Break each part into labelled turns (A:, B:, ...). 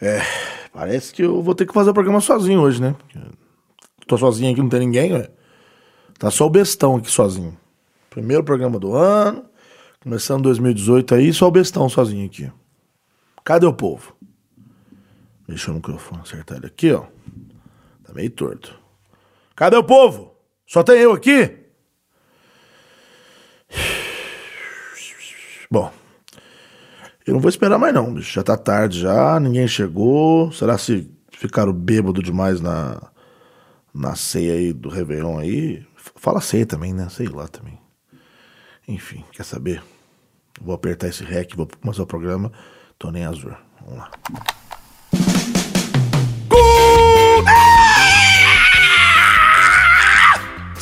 A: É, parece que eu vou ter que fazer o programa sozinho hoje, né? Porque Tô sozinho aqui, não tem ninguém, ué. Tá só o bestão aqui sozinho. Primeiro programa do ano, começando 2018 aí, só o bestão sozinho aqui. Cadê o povo? Deixa o microfone acertar ele aqui, ó. Tá meio torto. Cadê o povo? Só tem eu aqui? Bom, eu não vou esperar mais não, bicho. Já tá tarde já, ninguém chegou. Será se ficaram bêbado demais na, na ceia aí do Réveillon aí? F- Fala ceia também, né? Sei lá também. Enfim, quer saber? Vou apertar esse rec, vou começar o programa. Tô nem azul. Vamos lá.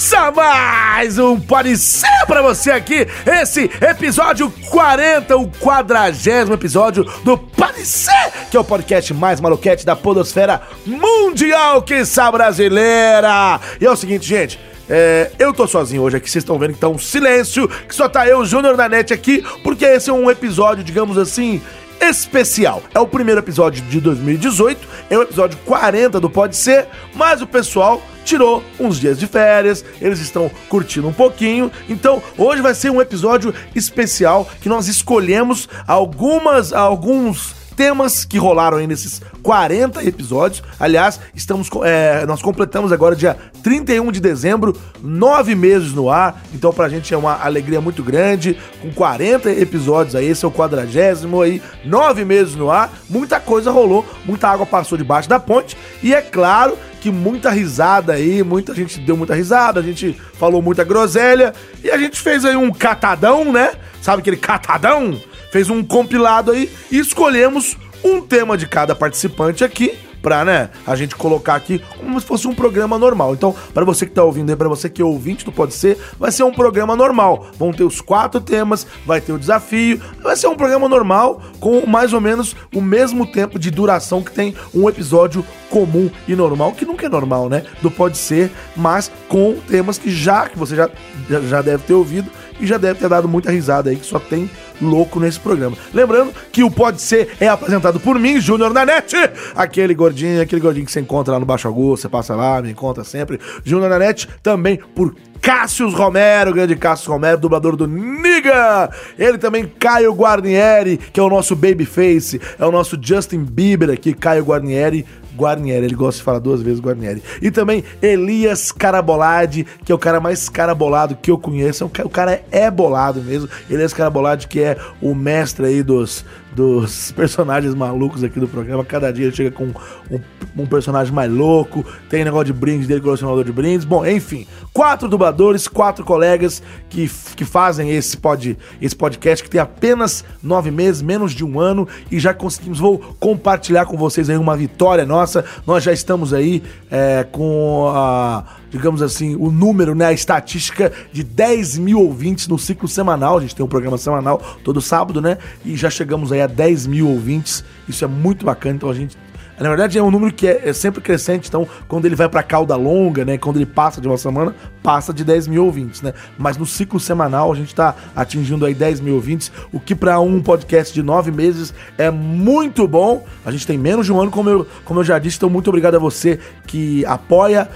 A: Começa mais um Pode Ser pra você aqui, esse episódio 40, o quadragésimo episódio do Pode Ser, que é o podcast mais maluquete da podosfera mundial, quiçá brasileira. E é o seguinte, gente, é, eu tô sozinho hoje aqui, vocês estão vendo que tá um silêncio, que só tá eu, Júnior da NET aqui, porque esse é um episódio, digamos assim, especial. É o primeiro episódio de 2018, é o episódio 40 do Pode Ser, mas o pessoal tirou uns dias de férias, eles estão curtindo um pouquinho. Então, hoje vai ser um episódio especial que nós escolhemos algumas alguns temas que rolaram aí nesses 40 episódios. Aliás, estamos co- é, nós completamos agora dia 31 de dezembro, nove meses no ar. Então, pra gente é uma alegria muito grande. Com 40 episódios aí, esse é o quadragésimo aí, nove meses no ar. Muita coisa rolou, muita água passou debaixo da ponte. E é claro que muita risada aí, muita gente deu muita risada, a gente falou muita groselha. E a gente fez aí um catadão, né? Sabe aquele catadão? fez um compilado aí e escolhemos um tema de cada participante aqui pra, né, a gente colocar aqui como se fosse um programa normal. Então, pra você que tá ouvindo aí, pra você que é ouvinte do Pode Ser, vai ser um programa normal. Vão ter os quatro temas, vai ter o desafio, vai ser um programa normal com mais ou menos o mesmo tempo de duração que tem um episódio comum e normal, que nunca é normal, né, do Pode Ser, mas com temas que já, que você já, já- já deve ter ouvido, e já deve ter dado muita risada aí, que só tem louco nesse programa. Lembrando que o Pode Ser é apresentado por mim, Júnior da NET, aquele gordinho, aquele gordinho que você encontra lá no Baixo Augusto, você passa lá, me encontra sempre. Júnior da NET também por Cássius Romero, grande Cássius Romero, dublador do Niga. Ele também, Caio Guarnieri, que é o nosso babyface, é o nosso Justin Bieber aqui, Caio Guarnieri, Guarnieri, ele gosta de falar duas vezes Guarnieri. E também Elias Carabolade, que é o cara mais carabolado que eu conheço. É um ca- O cara é bolado mesmo. Elias Carabolade, que é o mestre aí dos, dos personagens malucos aqui do programa. Cada dia ele chega com um, um personagem mais louco. Tem negócio de brinde dele, colecionador de brindes. Bom, enfim, quatro dubladores, quatro colegas que, f- que fazem esse, pod, esse podcast que tem apenas nove meses, menos de um ano, e já conseguimos. Vou compartilhar com vocês aí uma vitória nossa. Nós já estamos aí é, com a. Digamos assim, o número, né? A estatística de 10 mil ouvintes no ciclo semanal. A gente tem um programa semanal todo sábado, né? E já chegamos aí a 10 mil ouvintes. Isso é muito bacana. Então a gente na verdade, é um número que é, é sempre crescente. Então, quando ele vai pra cauda longa, né? Quando ele passa de uma semana, passa de 10 mil ouvintes, né? Mas no ciclo semanal, a gente tá atingindo aí 10 mil ouvintes, o que pra um podcast de nove meses é muito bom. A gente tem menos de um ano, como eu, como eu já disse. Então, muito obrigado a você que apoia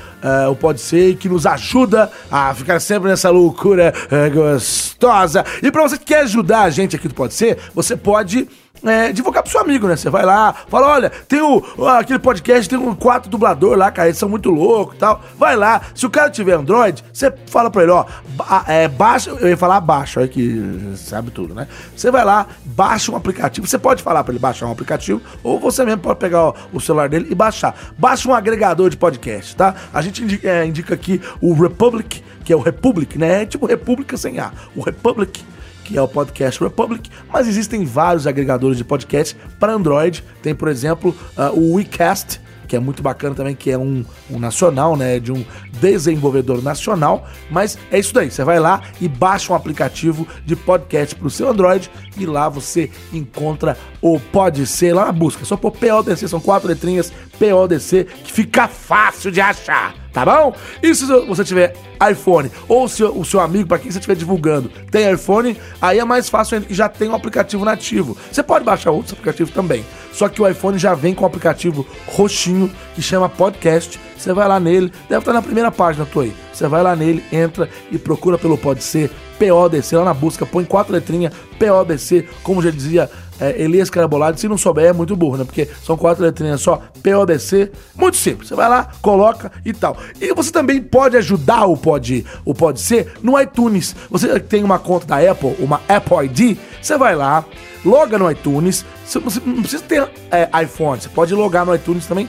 A: eh, o Pode Ser e que nos ajuda a ficar sempre nessa loucura eh, gostosa. E pra você que quer ajudar a gente aqui do Pode Ser, você pode é, divulgar pro seu amigo, né? Você vai lá, fala, olha, tem o, aquele podcast, tem um quatro dublador lá, cara, eles são muito loucos e tal. Vai lá, se o cara tiver Android, você fala pra ele, ó, ba- é, baixa, eu ia falar baixa, olha que sabe tudo, né? Você vai lá, baixa um aplicativo, você pode falar pra ele baixar um aplicativo, ou você mesmo pode pegar ó, o celular dele e baixar. Baixa um agregador de podcast, tá? A gente indica, é, indica aqui o Republic, que é o Republic, né? É tipo República sem A, o Republic que é o Podcast Republic, mas existem vários agregadores de podcast para Android. Tem, por exemplo, ah, o WeCast, que é muito bacana também, que é um, um nacional, né? De um desenvolvedor nacional. Mas é isso daí. Você vai lá e baixa um aplicativo de podcast para o seu Android e lá você encontra o Pode Ser É lá na busca. Só por PODC, são quatro letrinhas, PODC, que fica fácil de achar. tá bom? E se você tiver iPhone ou se o seu amigo, para quem você estiver divulgando, tem iPhone, aí é mais fácil ainda que já tem um aplicativo nativo. Você pode baixar outros aplicativos também. Só que o iPhone já vem com um aplicativo roxinho que chama Podcast. Você vai lá nele, deve estar na primeira página, tô aí. Você vai lá nele, entra e procura pelo Pode Ser, PODC, lá na busca, põe quatro letrinhas, PODC, como já dizia é, Elias Carabolade, se não souber é muito burro, né? Porque são quatro letrinhas só, PODC, muito simples. Você vai lá, coloca e tal. E você também pode ajudar o Pode, o pode Ser no iTunes. Você tem uma conta da Apple, uma Apple ID, você vai lá, loga no iTunes. Você não precisa ter é, iPhone, você pode logar no iTunes também,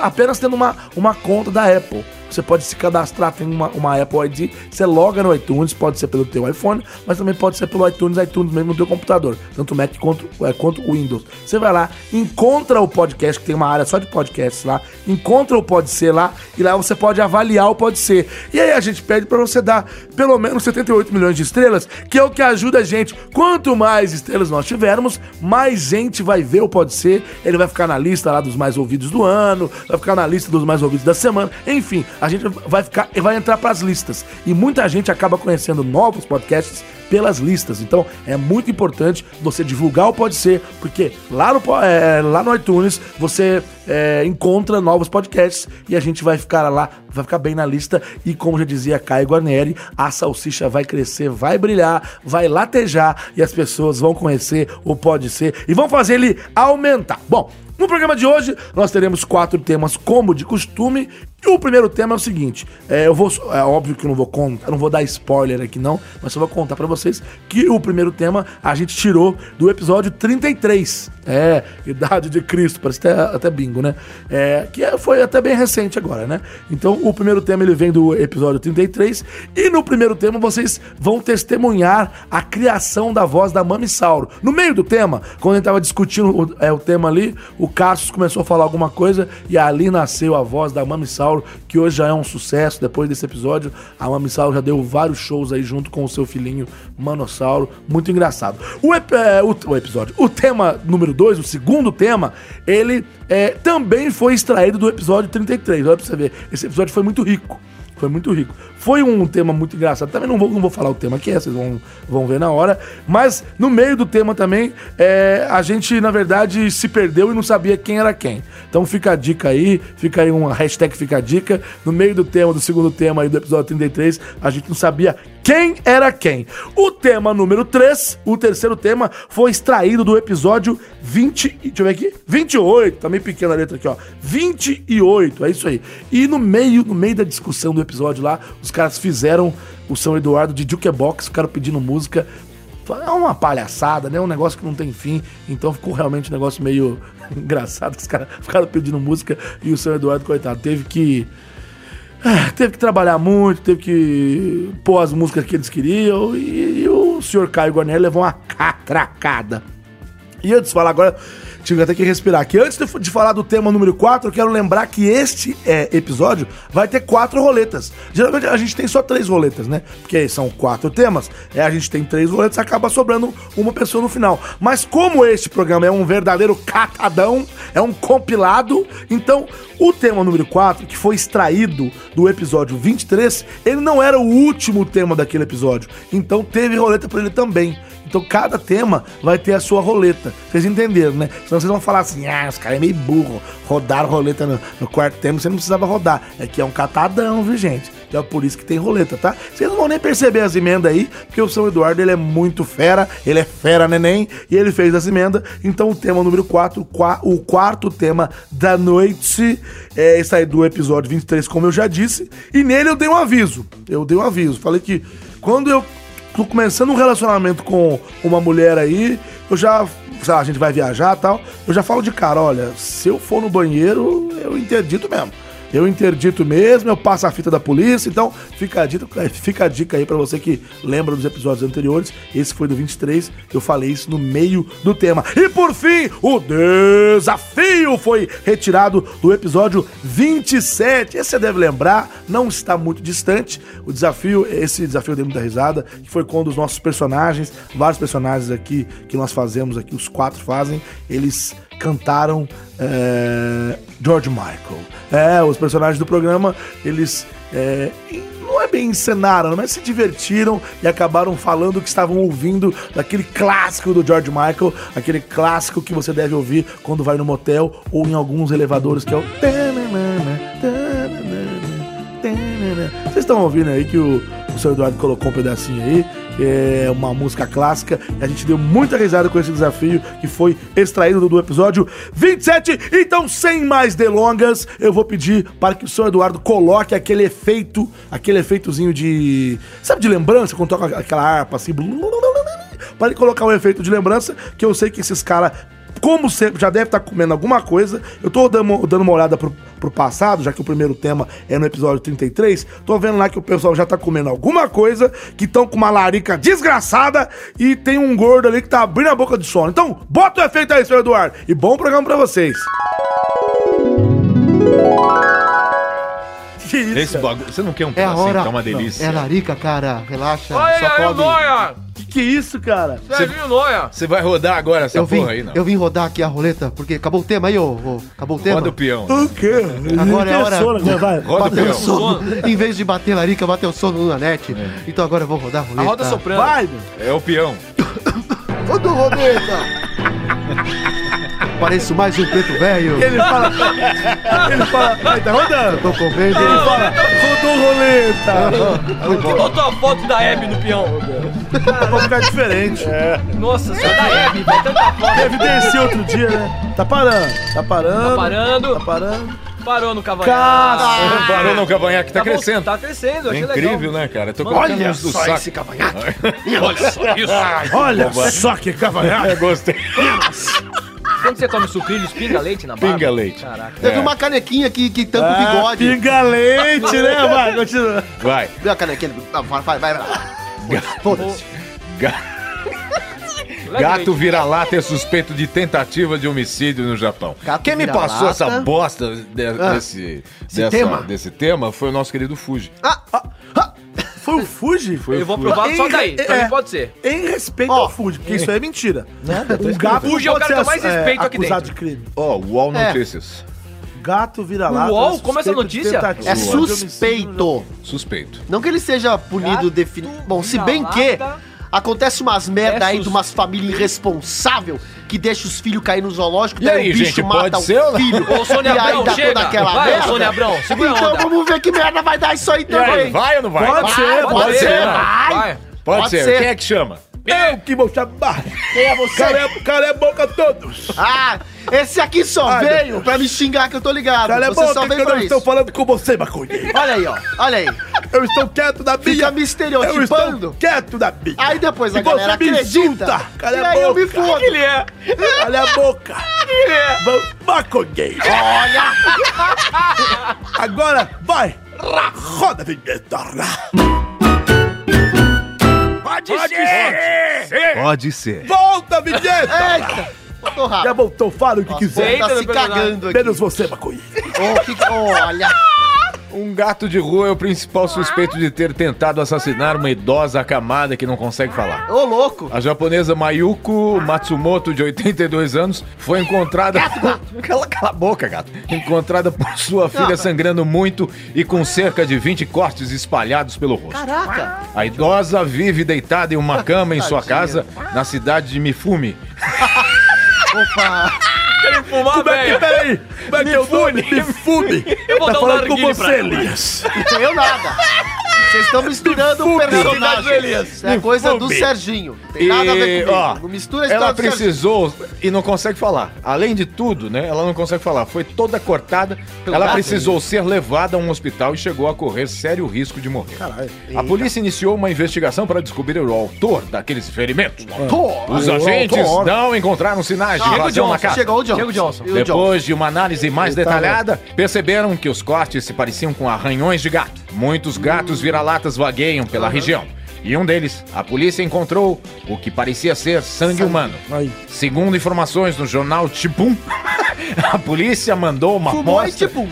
A: apenas tendo uma, uma conta da Apple. Você pode se cadastrar, tem uma, uma Apple ID, você loga no iTunes, pode ser pelo teu iPhone, mas também pode ser pelo iTunes, iTunes mesmo no teu computador, tanto Mac quanto, é, quanto Windows. Você vai lá, encontra o podcast, que tem uma área só de podcasts lá, encontra o Pode Ser lá, e lá você pode avaliar o Pode Ser. E aí a gente pede para você dar pelo menos 78 milhões de estrelas, que é o que ajuda a gente. Quanto mais estrelas nós tivermos, mais gente vai ver o Pode Ser, ele vai ficar na lista lá dos mais ouvidos do ano, vai ficar na lista dos mais ouvidos da semana, enfim, a gente vai ficar vai entrar para as listas e muita gente acaba conhecendo novos podcasts pelas listas. Então é muito importante você divulgar o Pode Ser, porque lá no, é, lá no iTunes você é, encontra novos podcasts e a gente vai ficar lá, vai ficar bem na lista. E como já dizia Caio Guarneri, a salsicha vai crescer, vai brilhar, vai latejar e as pessoas vão conhecer o Pode Ser e vão fazer ele aumentar. Bom, no programa de hoje, nós teremos quatro temas, como de costume. E o primeiro tema é o seguinte: é, eu vou. É óbvio que eu não vou contar, não vou dar spoiler aqui, não, mas só vou contar para vocês que o primeiro tema a gente tirou do episódio 33. É, Idade de Cristo, parece até, até bingo, né? É, que foi até bem recente agora, né? Então, o primeiro tema ele vem do episódio 33. E no primeiro tema vocês vão testemunhar a criação da voz da Mamisauro. No meio do tema, quando a gente tava discutindo o, é, o tema ali, o Cassius começou a falar alguma coisa e ali nasceu a voz da Mamisauro, que hoje já é um sucesso. Depois desse episódio, a Mamisauro já deu vários shows aí junto com o seu filhinho Manossauro. Muito engraçado. O, ep, é, o, o episódio, o tema número 2, o segundo tema, ele é, também foi extraído do episódio 33. Olha pra você ver, esse episódio foi muito rico. Foi muito rico. Foi um tema muito engraçado. Também não vou, não vou falar o tema que é, vocês vão, vão ver na hora. Mas no meio do tema também, é, a gente, na verdade, se perdeu e não sabia quem era quem. Então fica a dica aí, fica aí uma hashtag fica a dica. No meio do tema, do segundo tema aí do episódio 33, a gente não sabia quem era quem. O tema número 3, o terceiro tema, foi extraído do episódio 20. Deixa eu ver aqui. 28, também tá pequena a letra aqui, ó. 28, é isso aí. E no meio, no meio da discussão do episódio lá, os caras fizeram o São Eduardo de Jukebox, ficaram pedindo música. É uma palhaçada, né? Um negócio que não tem fim. Então ficou realmente um negócio meio engraçado. Que os caras ficaram pedindo música e o São Eduardo, coitado, teve que teve que trabalhar muito, teve que pôr as músicas que eles queriam e, e o senhor Caio Guarneri levou uma catracada. E antes de falar agora, tive até que respirar aqui. Antes de, de falar do tema número 4, eu quero lembrar que este é, episódio vai ter quatro roletas. Geralmente a gente tem só três roletas, né? Porque são quatro temas, é, a gente tem três roletas, acaba sobrando uma pessoa no final. Mas como este programa é um verdadeiro catadão, é um compilado, então o tema número 4, que foi extraído do episódio 23, ele não era o último tema daquele episódio. Então teve roleta para ele também. Então cada tema vai ter a sua roleta. Vocês entenderam, né? Senão vocês vão falar assim, ah, os caras é meio burro. Rodaram roleta no, no, quarto tema, você não precisava rodar. É que é um catadão, viu, gente? Então é por isso que tem roleta, tá? Vocês não vão nem perceber as emendas aí, porque o São Eduardo ele é muito fera, ele é fera neném, e ele fez as emendas. Então o tema número 4, o quarto tema da noite, é esse aí do episódio 23, como eu já disse. E nele eu dei um aviso. Eu dei um aviso. Falei que quando eu tô começando um relacionamento com uma mulher aí, eu já. Sei lá, a gente vai viajar e tal. Eu já falo de cara, olha, se eu for no banheiro, eu interdito mesmo. Eu interdito mesmo, eu passo a fita da polícia, então fica a dica, fica a dica aí para você que lembra dos episódios anteriores. Esse foi do 23, eu falei isso no meio do tema. E por fim, o desafio foi retirado do episódio 27. Esse você deve lembrar, não está muito distante. O desafio, esse desafio deu muita risada, que foi um quando os nossos personagens, vários personagens aqui que nós fazemos aqui, os quatro fazem, eles cantaram é, George Michael. É, os personagens do programa, eles é, não é bem encenaram, mas se divertiram e acabaram falando que estavam ouvindo daquele clássico do George Michael, aquele clássico que você deve ouvir quando vai no motel ou em alguns elevadores, que é o. Vocês estão ouvindo aí que o, o seu Eduardo colocou um pedacinho aí é uma música clássica. A gente deu muita risada com esse desafio que foi extraído do episódio 27. Então, sem mais delongas, eu vou pedir para que o senhor Eduardo coloque aquele efeito, aquele efeitozinho de. Sabe, de lembrança, quando toca aquela harpa assim. blu, blu, blu, blu, blu, Para ele colocar um efeito de lembrança, que eu sei que esses caras, como sempre, já deve estar comendo alguma coisa. Eu tô dando, dando uma olhada pro, pro passado, já que o primeiro tema é no episódio 33, tô vendo lá que o pessoal já tá comendo alguma coisa, que estão com uma larica desgraçada e tem um gordo ali que tá abrindo a boca de sono. Então, bota o efeito aí, seu Eduardo, e bom programa pra vocês. Que isso,
B: Esse
A: cara?
B: bagulho. Você não quer um
C: É a
B: assim,
C: hora.
B: tá uma delícia.
C: É larica, cara. Relaxa.
D: Olha
C: só
D: aí, o
C: come.
D: Noia!
A: Que, que isso, cara?
D: Serginho Noia!
B: Você vai rodar agora essa
C: Eu vim,
B: Tá porra aí, não.
C: eu vim rodar aqui a roleta, porque acabou o tema aí, ô. ô, acabou o tema.
B: Roda o peão.
A: O quê?
C: Agora é
A: Tem
C: hora.
A: sono agora, vai.
B: Roda o
C: Bateu o
B: peão.
C: sono. em vez de bater larica, bateu o sono no Nanete. Então agora eu vou rodar a
D: A
C: roleta.
D: roda soprando.
A: Vai, meu.
B: É o peão.
C: Roda a roleta! Pareço mais um preto velho.
A: Ele fala. Ele fala. Vai, tá rodando.
C: Tô comendo.
A: Ele fala. Rodou roleta.
D: Quem botou a foto da Hebe no peão?
A: Ah, Vai ficar diferente.
D: Nossa, só da Hebe, Então tá vai tanta foto.
A: Teve desse outro dia, né? Tá parando, tá parando.
D: Tá parando.
A: Tá parando.
D: Parou no cavanhaque.
A: Cacete.
B: Ah, Parou no cavanhaque, tá
D: bom,
B: crescendo.
D: Tá crescendo,
B: É
D: achei
B: incrível,
D: legal.
B: né, cara? Eu tô
D: Mano,
B: colocando uns do saco.
C: cavanhaque.
B: Olha só isso.
A: Olha só que cavanhaque.
B: Eu gostei.
D: Quando você come sucrilhos, pinga leite na barba?
B: Pinga leite.
D: Caraca.
C: Teve
B: É.
C: uma canequinha que, que tampa o
A: Ah,
C: bigode.
A: pinga leite, né, vai? Continua.
B: Vai.
C: Viu a canequinha? Ah, Vai, vai, vai. Foda-se.
B: Ga-
D: Leve
B: Gato
D: leite.
B: vira-lata é suspeito de tentativa de homicídio no Japão.
C: Gato
B: Quem me
C: vira-lata.
B: passou essa bosta de- desse, dessa-
C: Ah, tema? Ah.
B: desse tema foi o nosso querido Fuji.
A: Foi o Fuji? Foi
D: Eu vou provar só
A: Em-
D: daí, pra
A: é.
D: mim pode ser.
A: Em respeito
C: Ó,
A: ao Fuji, porque isso é mentira. Um gato
D: Fuji é o
A: não pode
D: cara que eu
A: ser,
D: mais respeito aqui
A: acusado
D: dentro.
A: de crime.
B: Ó, o UOL
C: É.
B: Notícias.
A: Gato vira lá.
D: No UOL? Como é essa notícia?
C: É suspeito.
B: Suspeito.
C: Não que ele seja punido
D: Gato
C: definitivamente. Bom, se bem que
D: vira-lata.
C: acontece umas merda
D: É
C: aí de
D: sus-
C: umas famílias irresponsável que deixa os filhos cair no zoológico,
B: E
C: daí
B: aí,
C: o bicho
B: gente,
C: mata
B: pode
C: o
B: ser ou não?
C: filho.
D: Ô, Sônia
C: e aí
D: Abrão,
C: dá
D: chega.
C: toda aquela
D: Vai,
C: merda.
D: Sônia Abrão, segura a
C: Então
D: onda.
C: vamos ver que merda vai dar isso aí
B: E aí,
C: também.
B: vai ou não vai?
A: Pode
B: Pode,
A: ser, pode,
D: pode
A: ser.
D: ser.
C: Vai.
D: Vai.
C: pode
B: ser.
C: ser.
B: Quem é que chama?
A: Eu que vou chamar.
C: Quem é você?
A: Cala, cala a boca todos.
C: Ah, esse aqui só
A: Ai, meu
C: veio pra me xingar que eu tô ligado.
A: Cala a
C: você só
A: boca que
C: veio
A: eu não
C: pra
A: estou
C: isso.
A: falando com você, maconheiro.
C: Olha aí, ó. Olha aí.
A: Eu estou quieto na
C: Fica
A: minha.
C: me
A: Eu estou
C: estereotipando.
A: quieto na minha.
C: Aí depois a
A: E você
C: galera
A: me
C: acredita.
A: insulta. Cala
C: e
A: a
C: aí eu me
A: boca.
C: fodo.
D: Ele é.
A: Cala a boca! Vamos- Maconheiro! Olha! Agora vai! Ra- Roda a vinheta! Ra-
D: Pode, ser.
B: Pode ser.
A: Volta a vinheta!
C: Eita! Tô
A: Já
C: rápido.
A: voltou, fala o que
C: Você
A: quiser.
C: tá
D: Eita,
C: se
D: meu personagem.
C: cagando aqui.
A: Menos você, maconheiro.
C: Ô, que que- ô, olha.
B: Um gato de rua é o principal suspeito de ter tentado assassinar uma idosa acamada que não consegue falar.
C: Ô, louco.
B: A japonesa Mayuko Matsumoto, de 82 anos, foi encontrada. Cala, cala a boca, gato. Encontrada por sua filha sangrando muito e com cerca de 20 cortes espalhados pelo rosto.
C: Caraca.
B: A idosa vive deitada em uma cama em sua
C: Tadinha.
B: casa, na cidade de Mifumi.
C: Opa.
D: Querem fumar,
A: Como é que,
D: velho?
A: peraí? Como é que eu dou? Me fume!
D: Eu vou
A: Tá
D: dar um
A: falando com
D: narguilé pra
A: você,
D: ela.
A: Elias.
C: Não eu nada. Vocês estão misturando o personagem. Isso é coisa do Serginho. Tem nada a ver
B: E,
C: comigo.
B: ó,
C: não mistura a história
B: ela
C: do Serginho.
B: precisou e não consegue falar. Além de tudo, né? Ela não consegue falar. Foi toda cortada. ela
C: gato,
B: precisou ser levada a um hospital e chegou a correr sério risco de morrer.
A: Caralho.
B: A polícia iniciou uma investigação para descobrir o autor daqueles ferimentos.
C: Ah. Pô,
B: Os
A: o
B: agentes
A: autor.
B: não encontraram sinais de
C: Chega o
B: invasão na casa.
C: Chegou o Johnson.
D: Chega o Johnson.
C: E o Johnson. tá
B: Depois de uma análise mais detalhada, perceberam que os cortes se pareciam com arranhões de gato. Muitos gatos vira-latas vagueiam pela região. E um deles, a polícia encontrou o que parecia ser sangue humano.
A: Aí.
B: Segundo informações no jornal Tibum, a polícia mandou uma
C: Fumou e
B: amostra,
C: tipo...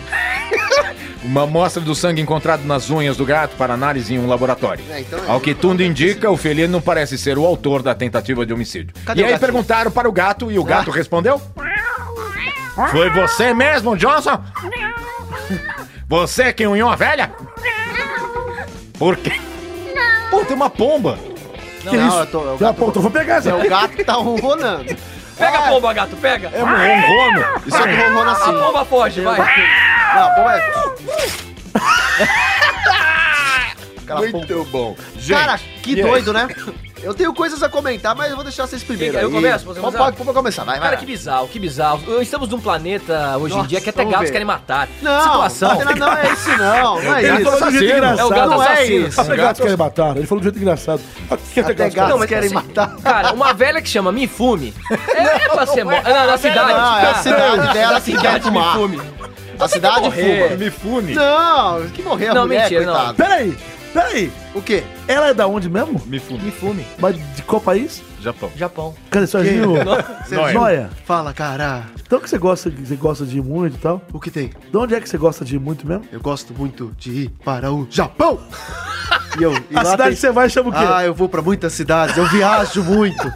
B: uma amostra do sangue encontrado nas unhas do gato para análise em um laboratório.
C: É, então é.
B: Ao que tudo indica, o felino parece ser o autor da tentativa de homicídio.
C: Cadê
B: e
C: o
B: aí
C: gatinho?
E: É
B: perguntaram para o gato e o gato respondeu: Foi você mesmo, Johnson? Você que unhou a velha? Por quê? Pô, tem uma pomba.
C: Não,
A: Que
C: não,
A: isso?
C: eu tô- eu
A: Tem uma
C: gato-
A: ponta, eu vou pegar essa.
C: É o gato que tá ronronando.
D: Pega a pomba, gato, pega.
B: É um ronrono. Isso
C: Só que
B: é...
C: ronrona
D: A
C: assim.
D: pomba foge, vai.
C: Não, a pomba é... Aquela pomba.
B: Muito bom. Gente,
C: Cara, que
B: e aí?
C: doido, né? Eu tenho coisas a comentar, mas eu vou deixar vocês primeiro.
D: Eu
C: aí.
D: começo? Posso
C: Pode,
D: começar?
C: pode, pode começar, vai, vai.
D: Cara, que bizarro, que bizarro. Estamos num planeta hoje em
C: Nossa,
D: dia que até
C: vamos
D: gatos
C: ver.
D: querem matar.
C: Não,
D: Situação.
C: Não, não é isso não, não é
A: Ele
C: isso.
A: falou do
B: assassino.
A: jeito
D: É o gato
A: engraçado.
C: Não é
D: assassino.
C: isso.
A: Até gatos querem matar. Ele falou do jeito engraçado. O que é
C: Até
A: gato?
C: gatos
A: quer?
D: Não, mas
C: querem
D: assim,
C: matar.
D: Cara, uma velha que chama Me Fume. É, é pra ser morta. Não, na cidade.
C: Não, é
D: tá.
C: a cidade dela que quer
D: cidade é Me
C: fumar.
D: Fume.
C: A cidade
D: morrer.
C: fuma.
B: me fune.
C: Não, que morrer a
D: Não,
C: mulher,
D: mentira, não.
C: coitada.
A: Peraí, peraí.
C: O quê?
A: Ela é da onde mesmo?
B: Me fune.
D: Me Fume.
A: Mas de qual país?
B: Japão.
D: Japão.
A: Cadê Serginho?
B: Nóia.
A: Noia.
C: Fala, cara,
A: Então que você gosta, que você gosta de ir muito e tal?
C: o que tem?
A: De onde é que você gosta de ir muito mesmo?
C: Eu gosto muito de ir para o Japão. E eu, e
A: a
C: lá
A: cidade
C: tem-
A: que você vai chama o quê?
C: Ah, eu vou pra muitas cidades, eu viajo muito.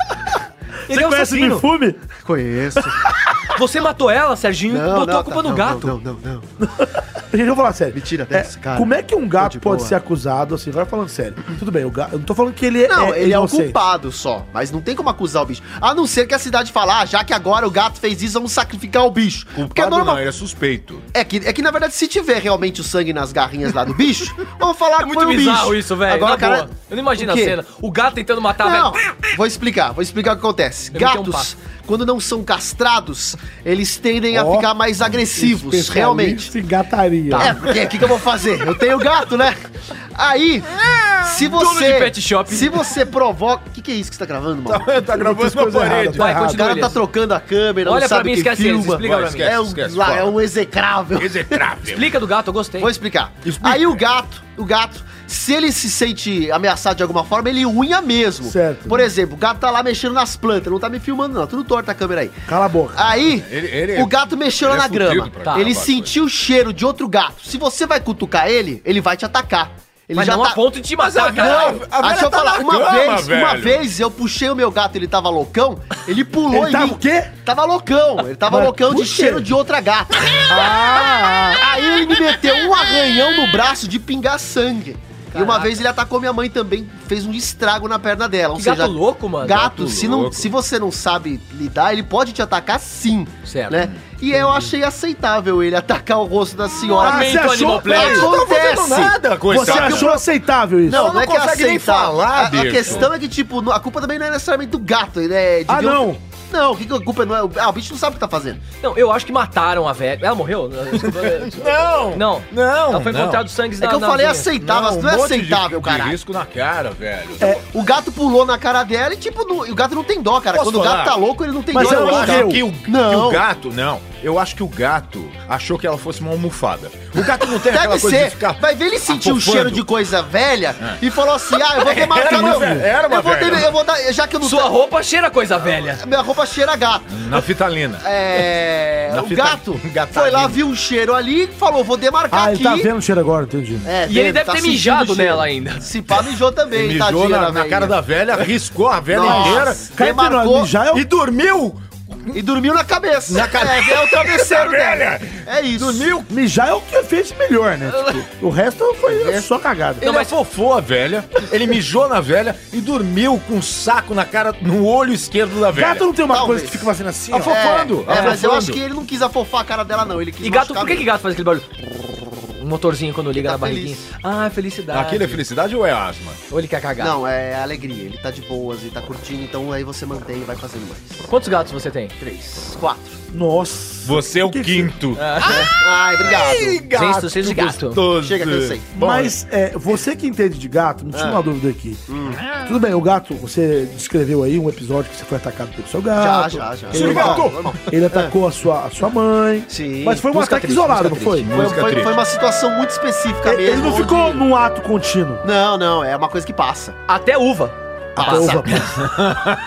D: Ele é um
A: Conhece
D: assassino.
A: Mifume?
C: Conheço.
D: Você matou ela, Serginho, botou a culpa
C: tá,
D: no
C: não,
D: gato.
C: Não, não, não.
A: Gente, vamos falar sério.
C: Mentira dessa,
A: É,
C: cara.
A: Como é que um
C: Tô de
A: gato pode
C: boa.
A: ser acusado, assim, agora falando sério. Tudo bem, o gato, eu não tô falando que ele é
C: Não, ele é o
A: inocente.
C: culpado só. Mas não tem como acusar o bicho. A não ser que a cidade falar, ah, já que agora o gato fez isso, vamos sacrificar o bicho. Porque é
B: Culpado
C: normal.
B: não, ele é suspeito.
C: É que, é que, na verdade, se tiver realmente o sangue nas garrinhas lá do bicho, vamos falar
D: É
C: que
D: muito
C: foi o bicho.
D: bizarro isso, velho.
C: Agora,
D: Na
C: cara,
D: boa. Eu não imagino
C: o
D: a
C: quê?
D: cena. O gato tentando matar a
C: Não,
D: velha.
C: vou explicar, vou explicar o que acontece.
D: Deve ter um
C: Gatos,
D: passo.
C: quando não são castrados, eles tendem
A: Ó,
C: a ficar mais agressivos,
A: Especialista
C: realmente.
A: em gataria.
C: É, porque o que, que eu vou fazer? Eu tenho gato, né? Aí, se você.
D: de pet shop.
C: Se você provoca. O que, que é isso que você tá gravando, mano?
B: tá
A: gravando na parede.
D: Vai,
C: O
D: continua.
C: cara tá trocando a câmera,
D: Olha
C: não
D: pra
C: sabe
D: mim,
C: quem
D: esquece eles,
C: filma.
D: explica pra mim.
B: Esquece,
C: é, um,
B: esquece,
C: lá,
B: fala.
C: é um execrável.
B: Execrável.
D: Explica do gato, eu gostei.
C: Vou explicar. Aí o gato, o gato, se ele se sente ameaçado de alguma forma, ele unha mesmo.
A: Certo.
C: Por exemplo, o gato tá lá mexendo nas plantas, não tá me filmando não, tudo torto a câmera aí.
A: Cala a boca.
C: Aí,
B: Ele- ele é-
C: o gato mexeu lá
B: ele é
C: na
B: fudido
C: grama.
B: pra
D: gravar
C: ele
B: coisa.
C: sentiu o cheiro de outro gato. Se você vai cutucar ele, ele vai te atacar. Ele
D: Mas
C: já
D: não
C: tá...
D: a ponto de te matar,
C: Não,
D: cara.
C: aí Ah, deixa eu falar, uma
B: grama,
C: vez, uma
B: velho.
C: vez eu puxei o meu gato, ele tava loucão, ele pulou
A: Ele
C: em
A: tava
C: mim.
A: o quê?
C: Tava loucão, ele tava
A: Mas
C: loucão
A: por
C: de
A: quê?
C: cheiro de outra gata. Ah, Aí ele me meteu um arranhão no braço de pingar sangue. E uma
D: Caraca.
C: vez ele atacou minha mãe também, fez um estrago na perna dela. Ou
D: Que
C: seja,
D: gato louco, mano.
C: Gato, se, não,
B: louco.
C: se você não sabe lidar, ele pode te atacar sim.
D: Certo.
C: Né? E eu achei aceitável ele atacar o rosto da senhora.
D: Ah,
C: Mas
D: Aumenta o animal
A: Peraí,
D: plant.
C: acontece.
B: nada,
A: Você
B: coitado.
A: achou aceitável isso?
C: Não, não,
B: não
C: é que é
B: consegue nem
C: aceitável.
B: falar,
C: A- a,
B: bicho.
C: questão é que, tipo, não- a culpa também não é necessariamente do gato, ele é de
A: Ah,
C: ver o-
A: não.
C: Não, o que que a culpa não é? Ah, o bicho não sabe o que tá fazendo.
D: Não, eu acho que mataram a velha. Ela morreu?
B: Não!
D: Não.
B: Não!
D: Ela foi
B: não.
D: encontrada os sangues
C: É que eu falei
D: vinha.
C: aceitável, mas não
B: um
C: é
B: monte de-
C: aceitável,
B: de
C: caralho.
B: risco na cara, velho.
C: O gato pulou na cara dela e, tipo, não- e o gato não tem dó, cara.
B: Posso
C: Quando o
B: falar?
C: gato tá louco, ele não tem
A: Mas
C: dó.
A: ela
C: eu
B: Eu
C: acho.
B: acho
A: morreu.
B: que o,
C: Não.
B: que o gato, não. Eu acho que o gato achou que ela fosse uma almofada. O gato não tem aquela
C: Deve
B: coisa
C: ser.
B: de ficar.
C: Vai ver, ele sentiu o
B: afofando.
C: cheiro de coisa velha e falou assim: ah, eu vou ter
B: Era uma
C: meu.
B: velha, era uma
C: eu vou ter-
B: velha.
C: eu vou dar. Já que eu não
D: Sua
C: sei-
D: roupa cheira coisa velha.
C: Minha roupa cheira a gato.
B: Na fitalina.
C: É.
B: Na
C: o
B: fita-
C: gato
B: gatalina.
C: foi lá, viu um cheiro ali e falou: vou demarcar
A: Ah,
C: aqui.
A: ele tá vendo o cheiro agora, entendi.
C: É,
D: E ele
C: tá
D: deve ter
C: sentindo
D: mijado
C: o cheiro.
D: nela ainda.
C: Se pá, mijou também,
B: Mijou na, na
C: velhinha.
B: cara da velha, riscou a velha
C: Nossa.
B: inteira
A: Cai entre nós,
C: demarcou
A: mijar é o...
B: e dormiu!
C: E dormiu na cabeça.
B: Na cabe-
C: É, é o travesseiro
B: Velha!
C: dela. É isso.
B: Dormiu!
A: Mijar é o que fez de melhor, né? Tipo, o resto foi só cagada.
B: Ele afofou a velha, ele mijou na velha e dormiu com um saco na cara, no olho esquerdo da velha.
A: Gato não tem uma
C: Talvez.
A: coisa que fica fazendo assim, ó.
B: Afo- afofando,
C: É, é, mas eu
B: afofando.
C: acho que ele não quis afofar a cara dela, não. Ele quis
D: E gato,
C: machucar
D: por que, que gato faz aquele barulho? Um motorzinho quando liga
C: tá
D: na barriguinha.
C: feliz.
D: Ah, felicidade.
B: Aquilo é felicidade ou é asma?
D: Ou ele quer cagar?
C: Não, é alegria. Ele tá de boas e tá curtindo, então aí você mantém e vai fazendo mais.
D: Quantos gatos você tem?
C: Três, quatro. É.
A: Nossa.
B: Você é o
A: Que que-
B: quinto.
C: Ai, obrigado.
D: Gato, seis de gato.
B: Gostoso.
C: Chega, cansei.
B: Bom,
A: Mas é, você que entende de gato, me tira uma dúvida aqui. Tudo bem, o gato, você descreveu aí um episódio que você foi atacado pelo seu
C: Já,
A: gato.
C: já, já.
A: Ele,
B: Gato!
C: Normal, normal.
A: ele atacou a sua, a sua mãe.
C: Sim.
A: Mas foi um
D: Música
A: ataque
D: triste,
A: isolado, não
D: música
A: foi?
B: triste.
C: Foi,
B: Música
C: foi-
B: triste.
C: foi uma situação muito específica
A: Ele,
C: mesmo.
A: ele não
C: onde-
A: ficou num ato contínuo.
C: Não, não, é uma coisa que passa.
D: Até uva.
A: Até
C: Passa.
A: uva passa.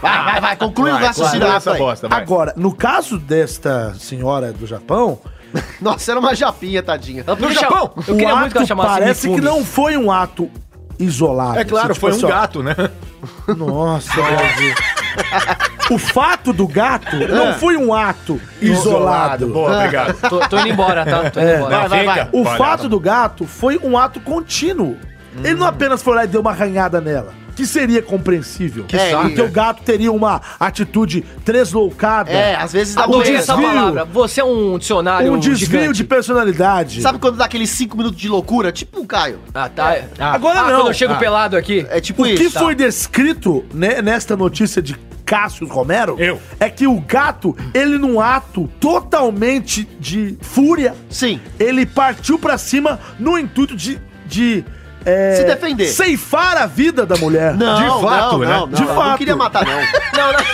C: Vai, vai, vai, conclui o
B: vai,
C: raciocínio
B: continua
C: lá,
B: essa
C: vai.
B: bosta, vai.
A: Agora, no caso desta senhora do Japão,
C: Nossa, era uma japinha, tadinha.
D: Ela podia
B: Japão,
D: chamar- Eu queria
A: o
D: muito que ela
A: um ato
D: chamasse
A: parece
D: Mifume.
A: que não foi um ato isolado.
B: É claro,
A: Assim, tipo
B: foi um
A: assim, ó,
B: gato, né?
A: Nossa, Brasil. o fato do gato não foi um ato isolado.
B: Boa, obrigado.
D: Tô, tô indo embora, tá? Tô indo
A: É,
D: embora.
B: Não,
C: É. vai, vai.
B: fica.
A: O
B: Olha,
A: fato do gato foi um ato contínuo. Ele não apenas foi lá e deu uma arranhada nela, que seria compreensível.
C: Que É, saco,
A: porque
C: né?
A: o gato teria uma atitude tresloucada,
C: É, às vezes dá
E: Um
A: Ah, o
D: Adorei
C: bobeira.
D: essa
A: desvio.
D: palavra. Você é um dicionário
A: um desvio
D: gigante.
A: de personalidade.
C: Sabe quando dá aqueles 5 minutos de loucura? Tipo o Caio.
D: Ah, tá. Ah,
A: É. Agora
D: ah,
A: não.
D: quando eu chego
A: Ah.
D: pelado aqui.
C: É tipo
A: o que
C: isso. tá?
A: foi descrito né, nesta notícia de Cássio Romero
B: Eu.
A: é que o gato, ele num ato totalmente de fúria,
C: Sim.
A: ele partiu pra cima no intuito de. de é,
C: Se defender.
A: Ceifar a vida da mulher.
C: Não, não,
B: fato, né?
C: não, não,
A: De
C: não,
A: fato.
C: Não queria matar, não.
D: Não, não.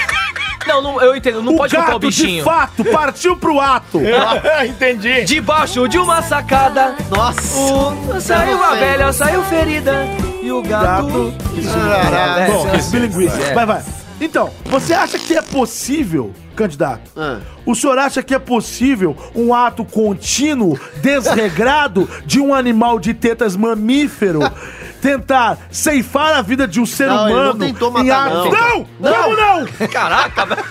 D: Não, não, eu entendo. Não
A: o
D: pode culpar o
A: gato, de
D: bichinho.
A: fato, partiu pro ato.
B: Entendi.
D: Debaixo de uma sacada,
C: Nossa.
D: o- saiu a velha, saiu ferida. E o gato.
C: Caralho.
A: Bom,
D: É,
A: que bilinguice.
D: é.
A: Vai, vai. Então, você acha que é possível, candidato?
C: Ah.
A: O senhor acha que é possível um ato contínuo, desregrado, de um animal de tetas mamífero tentar ceifar a vida de um ser
C: Não, ele não
A: humano?
C: tentou
A: em
C: matar,
A: ato-
C: não.
A: Não! Como não?
D: Caraca, velho.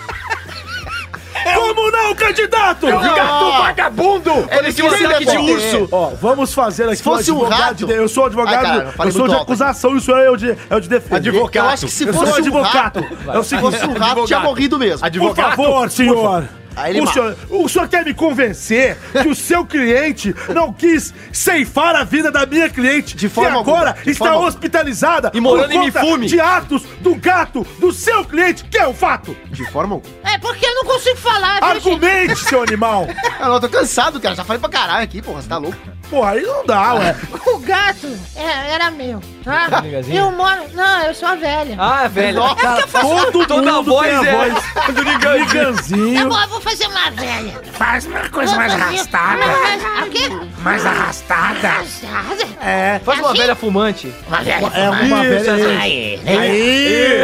A: Como não, candidato?
C: Não.
B: vagabundo!
C: Ele
D: Parecia um
C: queria
D: saque de
C: defender.
D: urso.
A: é? Ó, vamos fazer aqui. Se
C: fosse um rato-
A: eu sou advogado.
C: Ai, caralho, falei
A: eu sou de
C: muito alto.
A: acusação e o senhor é o de, é o de defesa.
B: Advogado.
C: Eu acho que se
A: Eu
C: fosse
A: sou
C: um
A: advogado.
C: rato,
A: É o
C: se
A: seguinte,
C: fosse um rato,
B: advogado.
C: tinha morrido mesmo.
A: Por
B: Advogado.
A: favor, senhor.
C: Aí ele
A: O
C: mata.
A: senhor, o senhor quer me convencer que o seu cliente não quis ceifar a vida da minha cliente
C: De forma
A: que agora
C: alguma, de
A: está
C: forma alguma.
A: hospitalizada
D: E morando em Mifume.
A: de atos do gato do seu cliente, que é um fato.
C: De forma alguma.
F: É porque eu não consigo falar, viu, gente?
A: Argumente, seu animal.
C: Ah, não, eu tô cansado, cara. Já falei pra caralho aqui, porra. Você tá louco?
A: Porra, aí não dá, ué.
F: O gato é, era meu, tá?
D: Amigazinha?
F: Eu moro. Não, eu sou a velha.
D: Ah, velho.
C: Nossa,
D: Cara,
A: Todo
D: Toda a
A: mundo
D: voz
A: tem a
D: é
A: voz
D: do gigante.
F: Tá Eu
A: Liganzinho.
F: vou, vou fazer uma velha.
G: Faz uma coisa
F: Vou
G: mais
F: fazer-
G: arrastada.
F: Mas- mas- O quê?
G: Mais arrastada.
F: Casada?
A: É.
D: Faz uma
F: Assim?
D: velha fumante.
G: Uma velha
A: É uma
G: fumante.
A: velha.
G: Aí, né?
A: É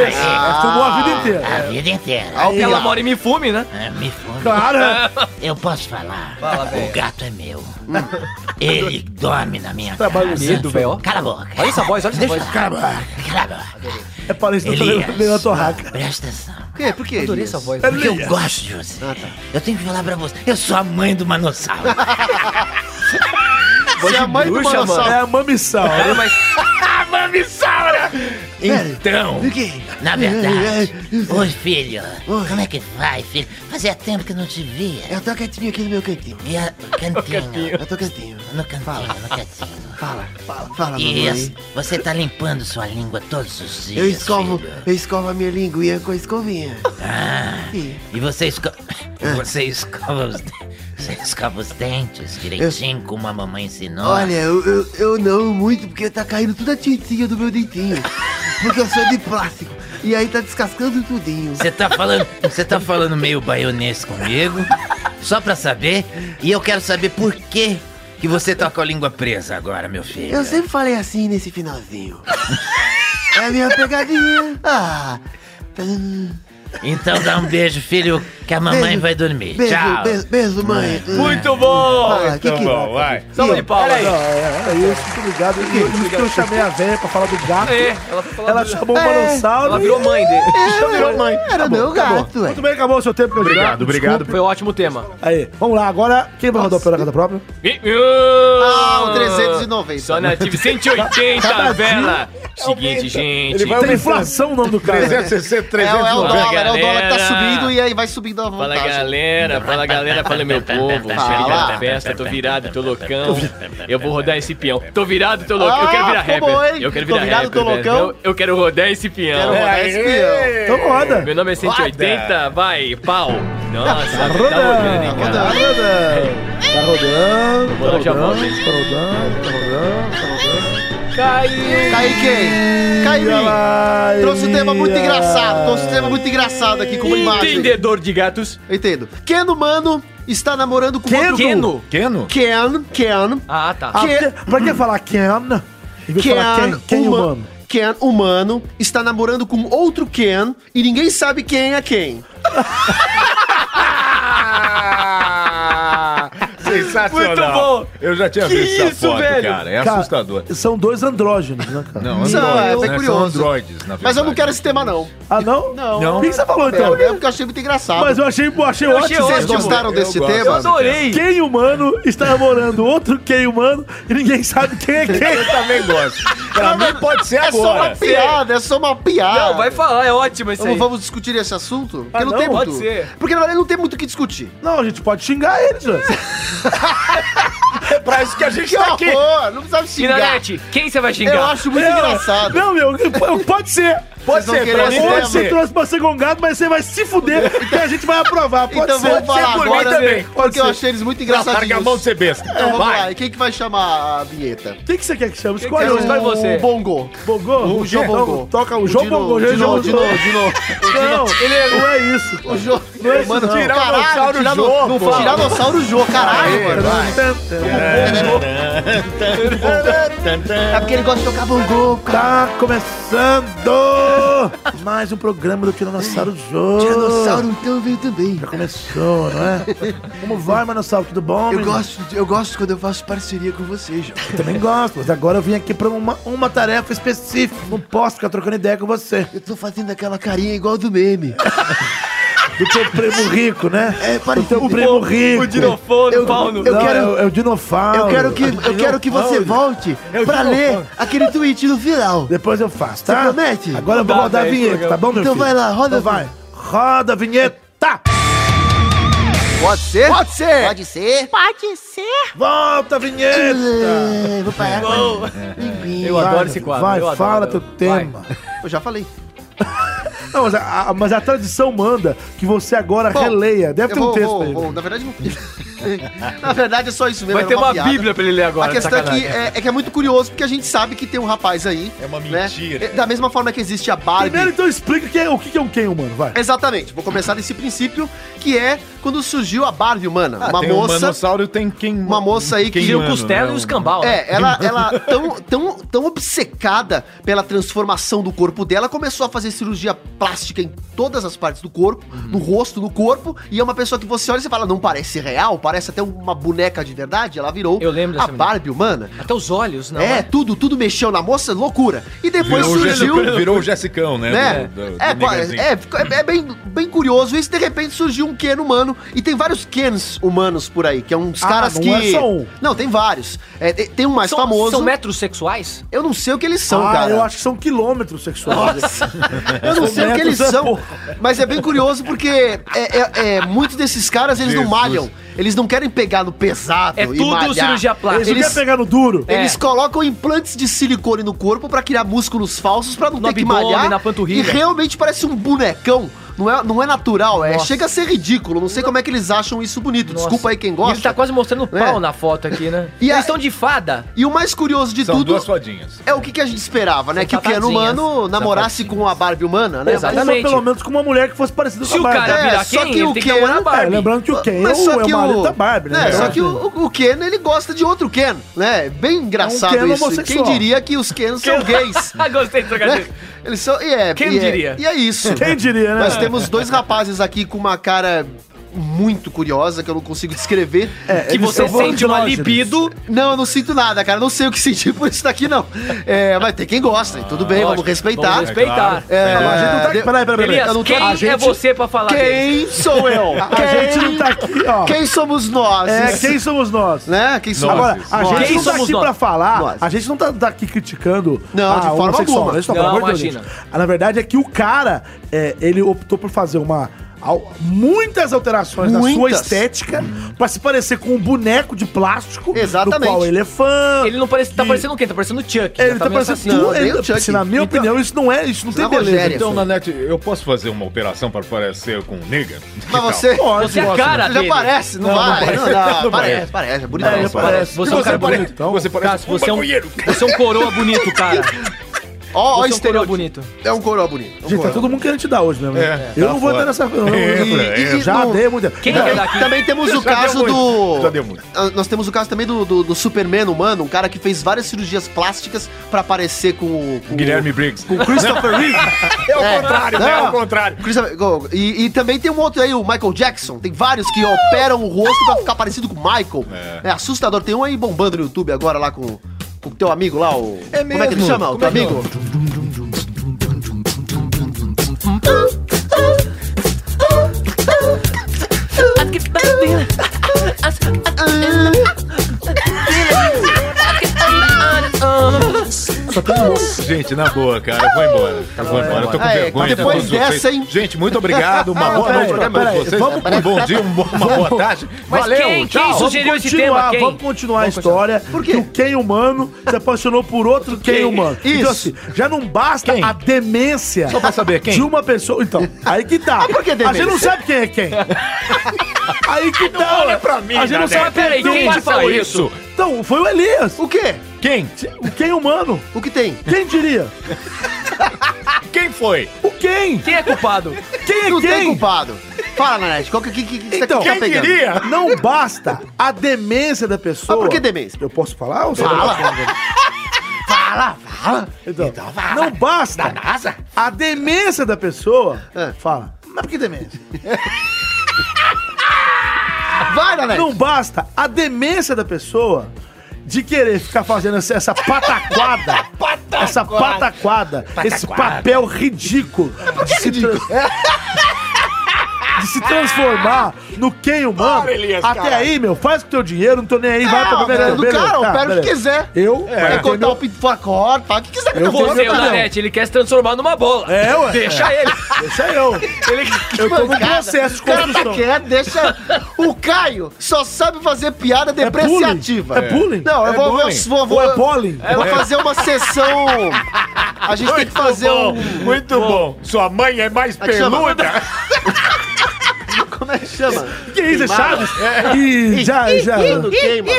A: Aí! Fumou é, a vida inteira.
G: A vida inteira.
C: Aí,
D: Ela
C: ó.
D: mora em me fume, né?
G: Ah, Me fome.
A: Cara,
G: Eu posso falar.
D: Fala,
G: o
D: velho.
G: gato é meu. Ele dorme na minha
A: Trabalho
G: casa.
D: cedo, velho, ó.
G: Cala a boca.
D: Olha essa voz, olha essa
G: Deixa
D: voz.
G: Cala a boca. Cala a boca.
A: é parente do
G: Elias.
A: Leandro Torraca.
G: Presta atenção.
C: Por quê? é? Por quê?
D: Adorei
C: Elias?
D: essa
A: É
D: voz.
G: Porque eu gosto de você. Eu tenho que falar pra você. Eu sou a mãe do Manossauro.
C: Você é a mãe do
D: bruxa,
C: Manossauro.
A: É a mamissauro.
D: Cara, mas
G: a mamissaura! Então, na verdade, oi filho, como é que vai, filho? Fazia tempo que eu não te via.
H: Eu tô
C: um
H: quietinho aqui no meu cantinho.
G: Via cantinho,
H: Eu tô quietinho.
G: no cantinho, no cantinho.
H: Fala, fala, fala, mamãe.
G: Isso, você tá limpando sua língua todos os dias,
H: Eu escovo,
G: filho.
H: eu escovo a minha linguinha com a escovinha.
C: Ah,
H: Ih,
G: E você escova,
H: É.
G: você escova os, você escova os dentes direitinho, como a mamãe
C: ah.
G: ensinou.
H: Olha, eu, eu, eu não muito, porque tá caindo toda a tintinha do meu dentinho. Porque eu sou de plástico. E aí tá descascando tudinho.
G: Você tá falando, você tá falando meio baionês comigo, só pra saber. E eu quero saber por que que você tá com a língua presa agora, meu filho.
H: Eu sempre falei assim nesse finalzinho. É a minha pegadinha. Ah. hum.
G: Então dá um beijo, filho, que a mamãe
H: Beijo.
G: vai dormir.
H: Beijo,
G: Tchau.
H: beijo, beijo, mãe.
D: muito bom.
H: Ah, que
B: Então
H: que
B: bom, vai.
D: Salva de palmas.
A: Não, é, é isso, muito obrigado. Inclusive, que eu chamei a velha pra falar do gato.
D: É, ela foi falar
A: Ela
D: do-
A: chamou o Manossauro.
D: Ela virou mãe dele.
A: É,
H: Era, virou mãe. Era meu gato, ué.
A: Muito bem, acabou o seu tempo,
B: Obrigado, obrigado.
D: Foi um ótimo tema.
A: Aí, vamos lá, agora, quem vai rodar o pela casa própria?
D: Ah,
C: o 390.
D: Só na TV 180, vela. Seguinte, gente.
B: Ele vai
A: Tem
B: aumentando.
A: inflação o nome do cara.
B: 360,
C: É, é o
B: 390.
C: dólar, é o dólar que tá
D: Galera.
C: subindo e aí vai subindo a
D: Fala
C: vantagem.
D: galera, fala galera, fala meu povo. Chega da festa, tô virado, tô loucão. Eu vou rodar esse peão. Tô virado, tô loucão. Eu quero virar
C: Ah, ficou bom,
D: rapper.
C: hein?
D: Eu quero
C: Tô
D: virar
C: virado, tô
D: rapper. velho.
C: loucão.
D: Eu- Eu quero rodar esse
C: Quero
D: peão.
C: rodar esse peão.
A: Então roda.
D: Meu nome é 180, vai, pau. Nossa,
A: Roda,
D: tá rodando, hein,
A: roda,
D: cara.
A: roda. Tá rodando, tá
D: Vou dar já
A: rodando,
D: volto.
A: tá rodando, tá rodando, tá rodando.
D: Caiu.
C: Cai quem? Cai em mim.
A: Ai,
C: Trouxe um tema muito
A: ai.
C: engraçado. Trouxe um tema muito engraçado aqui com uma imagem.
D: Entendedor de gatos.
C: Eu entendo. Keno Mano está namorando com
A: Keno?
C: outro...
D: Keno.
B: Keno?
C: Ken, Ken,
D: Ah, tá.
A: Ah,
C: Que-
A: porque- Pra que falar Ken? Em vez de
C: Ken,
A: falar quem, quem
C: uma-
A: humano.
C: Ken humano está namorando com outro Ken e ninguém sabe quem é quem.
B: Sensacional.
D: Muito bom.
B: Eu já tinha
D: Que
B: visto essa
D: isso,
B: foto,
D: velho?
B: cara. É
A: Cara,
B: assustador.
A: São dois andrógenos, né, cara?
B: Não,
C: Não,
B: androides,
C: é até
B: né? São
C: curioso.
B: androides, na verdade.
C: Mas eu não quero esse tema, não.
A: Ah, não?
C: Não.
A: O que que você falou, então?
C: Eu, eu, porque eu achei muito engraçado.
A: Mas eu achei, eu achei
D: Eu achei
A: ótimo.
C: Vocês
D: ótimo.
C: gostaram
B: Eu
C: desse
B: gosto.
D: Eu
C: tema?
D: adorei.
A: Quem humano está namorando outro quem humano e ninguém sabe quem é quem.
B: Eu também gosto. Pra mim pode ser
C: É só
B: agora.
C: uma piada, é só uma piada.
D: Não, vai falar, é ótimo esse
C: Vamos,
D: aí.
C: vamos discutir esse assunto? Porque
A: Ah,
C: não,
A: não?
C: tem
D: Pode
C: muito.
D: ser.
C: Porque na verdade não tem muito o que discutir.
A: Não, a gente pode xingar eles, né? velho.
B: É pra isso que a gente
C: Que
B: tá aqui.
C: horror! Não precisava xingar.
D: Kinanete, quem você vai
C: Eu
D: xingar?
C: acho muito
A: Não,
C: engraçado.
A: Não, meu, p- pode ser.
B: Pode
C: Vocês vão
B: ser,
C: querer
B: pra mim
C: esse
B: pode
A: Hoje
C: tema?
A: você
B: ser.
A: trouxe pra ser gongado, mas você vai se fuder e a gente vai aprovar. Pode
C: Então
A: ser.
C: vamos falar
B: por mim
C: agora, né?
B: também,
A: pode
C: porque eu
A: ser.
C: achei eles muito
B: Não, Larga a
C: engraçadinhos.
B: mão de ser besta.
C: Então vamos
B: Vai.
C: lá, e quem que vai chamar a vinheta?
A: O que, que você quer que chame? Escolhe
D: quer
A: um.
D: que escolhe você?
C: O Bongo.
A: Bongô?
H: Um
C: O João
A: Então,
C: Bongô.
A: Toca o
C: O
A: João
C: Dino-
A: Bongô. já
C: de novo, de
A: jogou.
C: novo, de novo.
A: Não, não é isso.
C: O Jô.
A: Não é isso,
C: Mano,
A: não.
C: caralho,
B: Tiranossauro
C: tirano,
B: Jô,
C: não
B: pô.
C: fala. Tiranossauro Jô, caralho, mano. É porque ele gosta de tocar bongô.
A: Tá começando mais um programa do Tiranossauro Jogo.
C: Oh.
H: Tiranossauro então veio também.
A: Já começou, não é? Como vai, Manossauro? Tudo bom?
H: Eu
A: menino?
H: gosto, de- eu gosto quando eu faço parceria com você, João.
A: Também gosto, mas agora eu vim aqui pra uma, uma tarefa específica. Não posso ficar trocando ideia com você.
H: Eu tô fazendo aquela carinha igual do meme.
A: Do teu primo rico, né?
H: É parecido.
A: O primo rico.
D: O dinofone,
H: Eu-
D: Paulo.
H: eu-
A: Não,
H: quero-
A: é o- é o dinossauro.
H: Eu quero que, eu quero que você volte
A: Eu
H: pra
A: não
H: ler
A: falo.
H: aquele tweet no final.
A: Depois eu faço, tá?
H: Você promete?
A: Agora eu vou
D: Dá,
A: rodar a
D: velho,
A: vinheta,
D: esse é
A: tá bom, meu
H: Então
A: filho?
H: vai lá, roda
A: Então vai. Roda a vinheta!
C: Pode ser? Pode ser. Pode ser.
F: Pode ser?
A: Volta a vinheta!
H: É, vou parar com
D: Eu
A: Vai,
D: adoro
A: meu
D: esse
A: filho,
D: quadro.
A: Vai,
D: eu adoro.
A: fala teu
D: Vai.
A: tema.
C: Eu já falei.
A: Não, mas a, a- mas a tradição manda que você agora
C: Bom,
A: releia.
C: Eu
A: Deve ter um
C: vou,
A: texto
C: vou,
A: aí.
C: vou. Na verdade, eu vou. Na verdade, é só isso mesmo.
D: Vai
C: é
D: ter uma
C: piada.
D: bíblia pra ele ler agora,
C: A questão é
D: sacanagem.
C: que, é, é que é muito curioso, porque a gente sabe que tem um rapaz aí.
B: É uma
C: né?
B: mentira.
C: É, Da mesma forma que existe a Barbie.
A: Primeiro, então, explica o que é- o que que é um quem humano, vai.
C: Exatamente. Vou começar desse princípio, que é quando surgiu a Barbie humana.
B: Ah,
C: uma
B: tem um
C: moça.
B: manossauro, tem quem...
C: Uma moça aí que
B: quem
D: Tira o
B: humano,
D: costelo
B: né?
D: e o escambau. né?
C: É, ela, ela tão, tão, tão obcecada pela transformação do corpo dela, começou a fazer cirurgia plástica em todas as partes do corpo, no rosto, no corpo, e é uma pessoa que você olha e você fala, não parece real, parece até uma boneca de verdade, ela virou
D: Eu lembro dessa
C: a
D: menina.
C: Barbie humana.
D: Até os olhos, não. né?
C: é, tudo, tudo mexeu na moça, loucura. E depois
B: Virou um o
C: surgiu...
B: Jessicão- Virou o Jessicão, né?
C: Né?
B: Do- do- do
C: É, pô,
B: neganzinho.
C: é, é, é bem, bem curioso isso. De repente surgiu um Ken humano. E tem vários Kens humanos por aí, que é uns
A: Ah,
C: caras
A: não
C: que.
A: é só um.
C: Não, tem vários. É, te- tem um mais
D: são,
C: famoso.
D: São metrosexuais?
C: Eu não sei o que eles são,
A: ah,
C: cara.
A: eu acho que são quilômetros sexuais.
C: Eu não sei o que eles
A: Metros é
C: são,
A: pouco.
C: mas é bem curioso porque é, é- é, muitos desses caras, eles não
B: Jesus.
C: malham. Eles não querem pegar no pesado
D: É
C: e
D: tudo
C: malhar.
D: cirurgia
A: Eles
D: plástica.
A: não
C: Eles-
A: querem pegar no duro.
D: É.
C: Eles colocam implantes de silicone no corpo pra criar músculos falsos pra não
D: No
C: ter que
D: abdômen,
C: malhar.
D: na panturrilha.
C: E realmente parece um bonecão. Não é, não é natural, é, chega a ser ridículo. Não sei como é que eles acham isso bonito.
D: Nossa.
C: Desculpa aí quem
D: E
C: gosta.
D: Ele tá quase mostrando o
C: É.
D: pau na foto aqui, né?
C: E a-
D: Eles estão de fada.
C: E o mais curioso de
B: São
C: tudo
B: duas fadinhas.
C: é o que, que a gente esperava, né?
D: São
C: Que o Keanu
D: safadinhas.
C: Humano namorasse
B: Safadinhas.
C: com a Barbie humana, né?
D: Exato.
A: Mas
D: exatamente.
A: pelo menos com uma mulher que fosse parecida
D: Se o
A: Barbie.
D: cara
C: É,
D: virar
C: só
D: quem,
C: que
D: ele
C: o
D: tem que
C: Ken-
D: namorar a
A: É,
D: Barbie.
A: lembrando que o Ken é
C: Mas
A: o,
C: só
A: é o
C: que
A: marido
C: o-
A: da Barbie, né?
C: É,
A: Então,
C: só que
A: assim,
C: o, o Ken, ele gosta de outro Ken, né? É Bem engraçado
A: É um
C: isso.
A: Ken
C: E Quem
A: homossexual.
C: diria que os Kens são gays?
D: Ah, gostei de trocar
C: né? Eles são. E é,
D: Quem
C: e é-
D: diria?
C: E é isso.
A: Quem diria, né?
C: Nós temos dois rapazes aqui com uma cara muito curiosa que eu não consigo descrever.
D: É, Que
A: Eles
D: você
A: são
D: sente uma
A: andrógenos.
D: libido.
C: Não, eu não sinto nada, cara. Não sei o que sentir por isso daqui, não. É, mas tem quem gosta, e tudo bem,
D: Lógico,
C: vamos respeitar.
D: Vamos respeitar.
B: É,
C: É,
A: Não, a gente não tá aqui.
C: de-
A: Peraí, peraí, peraí.
D: Elias,
C: eu não tô-
D: quem
A: a gente-
D: é você pra falar dele?
C: Quem sou eu?
A: A gente não tá aqui, ó.
C: Quem somos nós?
A: É, quem somos nós?
C: Né? Quem somos
A: Agora, a
C: nós?
A: gente
D: Quem
A: não tá
D: somos
A: aqui
D: nós?
A: pra falar,
C: Nós.
A: a gente não tá, tá aqui criticando
C: Não,
A: a
C: de forma
A: homossexual,
C: alguma.
A: né? Isso, pelo
D: Não,
A: amor de Deus,
D: imagina.
A: gente. Ah, Na verdade é que o cara, é, ele optou por fazer uma al- muitas alterações na sua
C: Muitas.
A: estética pra se parecer com um boneco de plástico
C: Exatamente.
A: do qual ele é fã.
D: Ele não parece. Tá
A: E-
D: parecendo quem? Tá parecendo o Chuck.
A: Ele
D: já
A: tá
D: meio
A: parecendo
D: assassino.
C: assassino.
A: tu, ele-
C: Não, nem o Chuck.
A: assim, na minha
C: Então-
A: opinião, isso não é, isso não
C: Isso
A: tem
C: é
A: beleza.
C: Rogério.
B: Então, Nanete, eu posso fazer uma operação pra parecer com um nigga?
C: Mas você.
A: Pode,
D: Você é a
A: pode.
D: cara
C: Você já
E: né?
D: dele.
C: parece, não, vai. Não, não, parece, parece, é bonitão.
A: É,
C: parece.
A: parece. então?
D: Você é um cara bonito.
B: Você parece
D: Cássio,
B: um
D: você é um,
B: maconheiro.
D: você é um coroa bonito, cara.
C: Ó, ó,
E: Você é um coroa
C: estereótipo.
E: bonito.
C: É um coroa bonito. é um
A: Gente, tá
C: coroa.
A: todo mundo querendo te dar hoje mesmo. né?
B: É,
A: eu
B: tá
A: não vou
B: fora.
A: dar nessa coisa. não.
B: É,
A: E-
B: é.
A: e- e Já
C: não- tá
A: dei muito.
E: Quem
D: é
A: Não,
E: quer dar aqui?
C: Também temos o
B: Já deu
C: caso
B: muito,
C: do.
B: já deu muito.
C: Ah, Nós temos o caso também do, do, do Superman humano, um cara que fez várias cirurgias plásticas pra aparecer com o. Com
B: Guilherme Briggs.
C: Com o Christopher Reeve.
B: É o contrário, né? É o
C: Não.
B: contrário.
C: Christopher- go- E, e também tem um outro aí, o Michael Jackson. Tem vários que operam o rosto pra ficar parecido com o Michael. É, assustador. Tem um aí bombando no YouTube agora lá com com o teu amigo lá, o.
B: É
C: Como é que ele
B: mesmo?
C: chama? O
B: Como
C: teu
B: é que
C: amigo?
B: Gente, na boa, cara. Eu vou embora. Eu vou embora. Eu tô com
C: Ah, é,
B: vergonha de
C: depois
B: todos vocês.
C: dessa, hein?
B: Gente, muito obrigado. Uma boa
A: peraí,
B: noite pra
A: peraí.
B: todos vocês.
A: Vamos-
B: Um bom dia, uma boa- uma boa tarde.
E: Mas
B: Valeu,
E: quem-
B: tchau.
E: quem
A: Vamos
E: sugeriu esse
A: continuar,
E: tema? Quem?
A: Vamos continuar a história. Porque o quem humano se apaixonou por outro quem humano.
C: Isso.
A: Então, assim, já não basta
B: Quem?
A: a demência
B: Só pra saber quem?
A: de uma pessoa. Então, aí que tá.
C: por que
A: a
C: demência?
A: gente não sabe quem é quem. aí que tá. ué. a gente não
B: Dadé.
A: sabe
E: Peraí,
A: quem
E: quem
A: é
E: te falou isso?
A: Então, foi o Elias.
C: O quê?
B: Quem?
A: O quem humano.
C: O que tem?
A: Quem diria?
B: Quem foi?
A: O quem?
E: Quem é culpado?
A: Quem é
C: Não tem
A: quem?
C: culpado. Fala, Nanete, qual que, que, que, que
A: Então,
C: você tá
A: quem
C: pegando?
B: diria?
A: Não basta a demência da pessoa.
C: Mas Ah, por que demência?
A: Eu posso falar? Ou você
C: Fala.
A: não pode? Então, não basta a demência da pessoa.
C: É.
A: Fala. Mas por que demência?
C: Vai, Nanete.
A: Não basta a demência da pessoa de querer ficar fazendo essa, essa pataquada. Essa pataquada. Esse papel ridículo. de, se tra- de se transformar no quem humano.
B: Elias,
A: Até
B: cara.
A: aí, meu, faz com o teu dinheiro, não tô nem aí,
C: É,
A: vai pra
C: ó,
A: beleza,
C: do
A: beleza,
C: cara,
A: tá,
C: opera o que
A: beleza.
C: quiser.
A: Eu?
C: Vai
A: É.
C: cortar o pinto fora, corta, fala o que tá quiser que
A: Eu vou
E: Você,
A: Entendeu,
E: o
A: Tadeu?
E: Nanete, ele quer se transformar numa bola.
A: É, ué.
E: Deixa ele.
A: Deixa é eu. Eu tô num processo de
C: O cara tá
A: construção.
C: quieto, deixa. O Caio só sabe fazer piada
A: É bullying?
C: depreciativa.
A: É bullying?
C: Não, eu
B: É
C: vou, vou,
B: bullying.
C: vou,
A: Ou
C: vou,
A: é bowling?
C: vou fazer uma sessão. A gente tem que fazer
B: bom,
C: um.
B: muito bom. Sua mãe é mais
C: que chama?
B: peluda.
C: Como é que chama?
A: Que isso, é Chaves? E já, já.
C: Quando queima.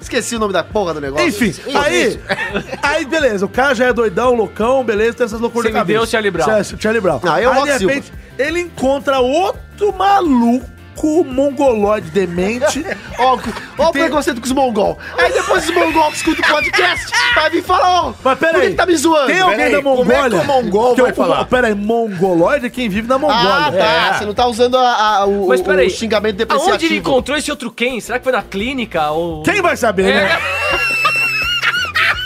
C: Esqueci o nome da porra do negócio.
A: Enfim,
C: Isso,
A: aí,
C: isso.
A: aí beleza, o cara já é doidão, loucão, beleza, tem essas loucuras
E: Você me deu o Charlie Brown.
A: Certo, Charlie Brown.
C: Ah, eu
A: aí, de
C: voto Silva.
A: repente, ele encontra outro maluco mongoloide demente.
C: Ó, ó o
A: Tem-
C: preconceito com os mongol. Aí depois os mongol que escutam o podcast vai vir falar, ó.
A: Mas pera
C: Por que
A: aí,
C: que tá me zoando?
A: tem alguém
B: Peraí,
A: da
B: como é que
A: Mongólia?
B: o mongol
A: que
B: vai
A: o-
B: falar?
A: Pera aí, mongoloide é quem vive na Mongólia.
C: Ah, tá.
B: É.
C: Você não tá usando a- a- o,
E: Mas
C: o-
E: peraí.
C: o xingamento depreciativo. É
E: Aonde ele encontrou esse outro quem? Será que foi na clínica ou...
A: Quem vai saber,
E: É,
A: né?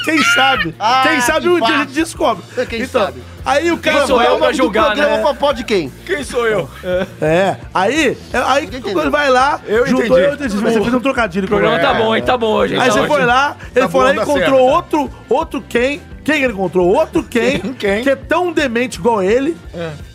A: Quem sabe?
C: Ah,
A: quem sabe um
C: de
A: dia a
C: fato.
A: gente descobre. Então,
C: Quem sabe?
A: Aí o cara
E: Quem sou
A: vai-
E: eu pra
C: do
E: julgar,
C: programa
E: né?
C: pra pó de quem?
B: Quem sou eu?
A: É, aí, é, aí
C: Ninguém
A: quando
C: entendeu.
A: vai lá,
B: Eu
A: juntou
B: entendi.
A: eu entendi. Mas você fez um trocadilho
E: O
A: com
E: programa
A: ele.
E: tá bom, hein? Tá bom hoje. hein?
A: Aí
E: Tá
A: você
E: ótimo.
A: foi lá, ele
B: Tá
A: foi lá e
B: bom, dá
A: encontrou
B: certo.
A: outro, outro quem? Quem ele encontrou? Outro quem?
B: Quem? É.
A: Que é tão demente igual ele.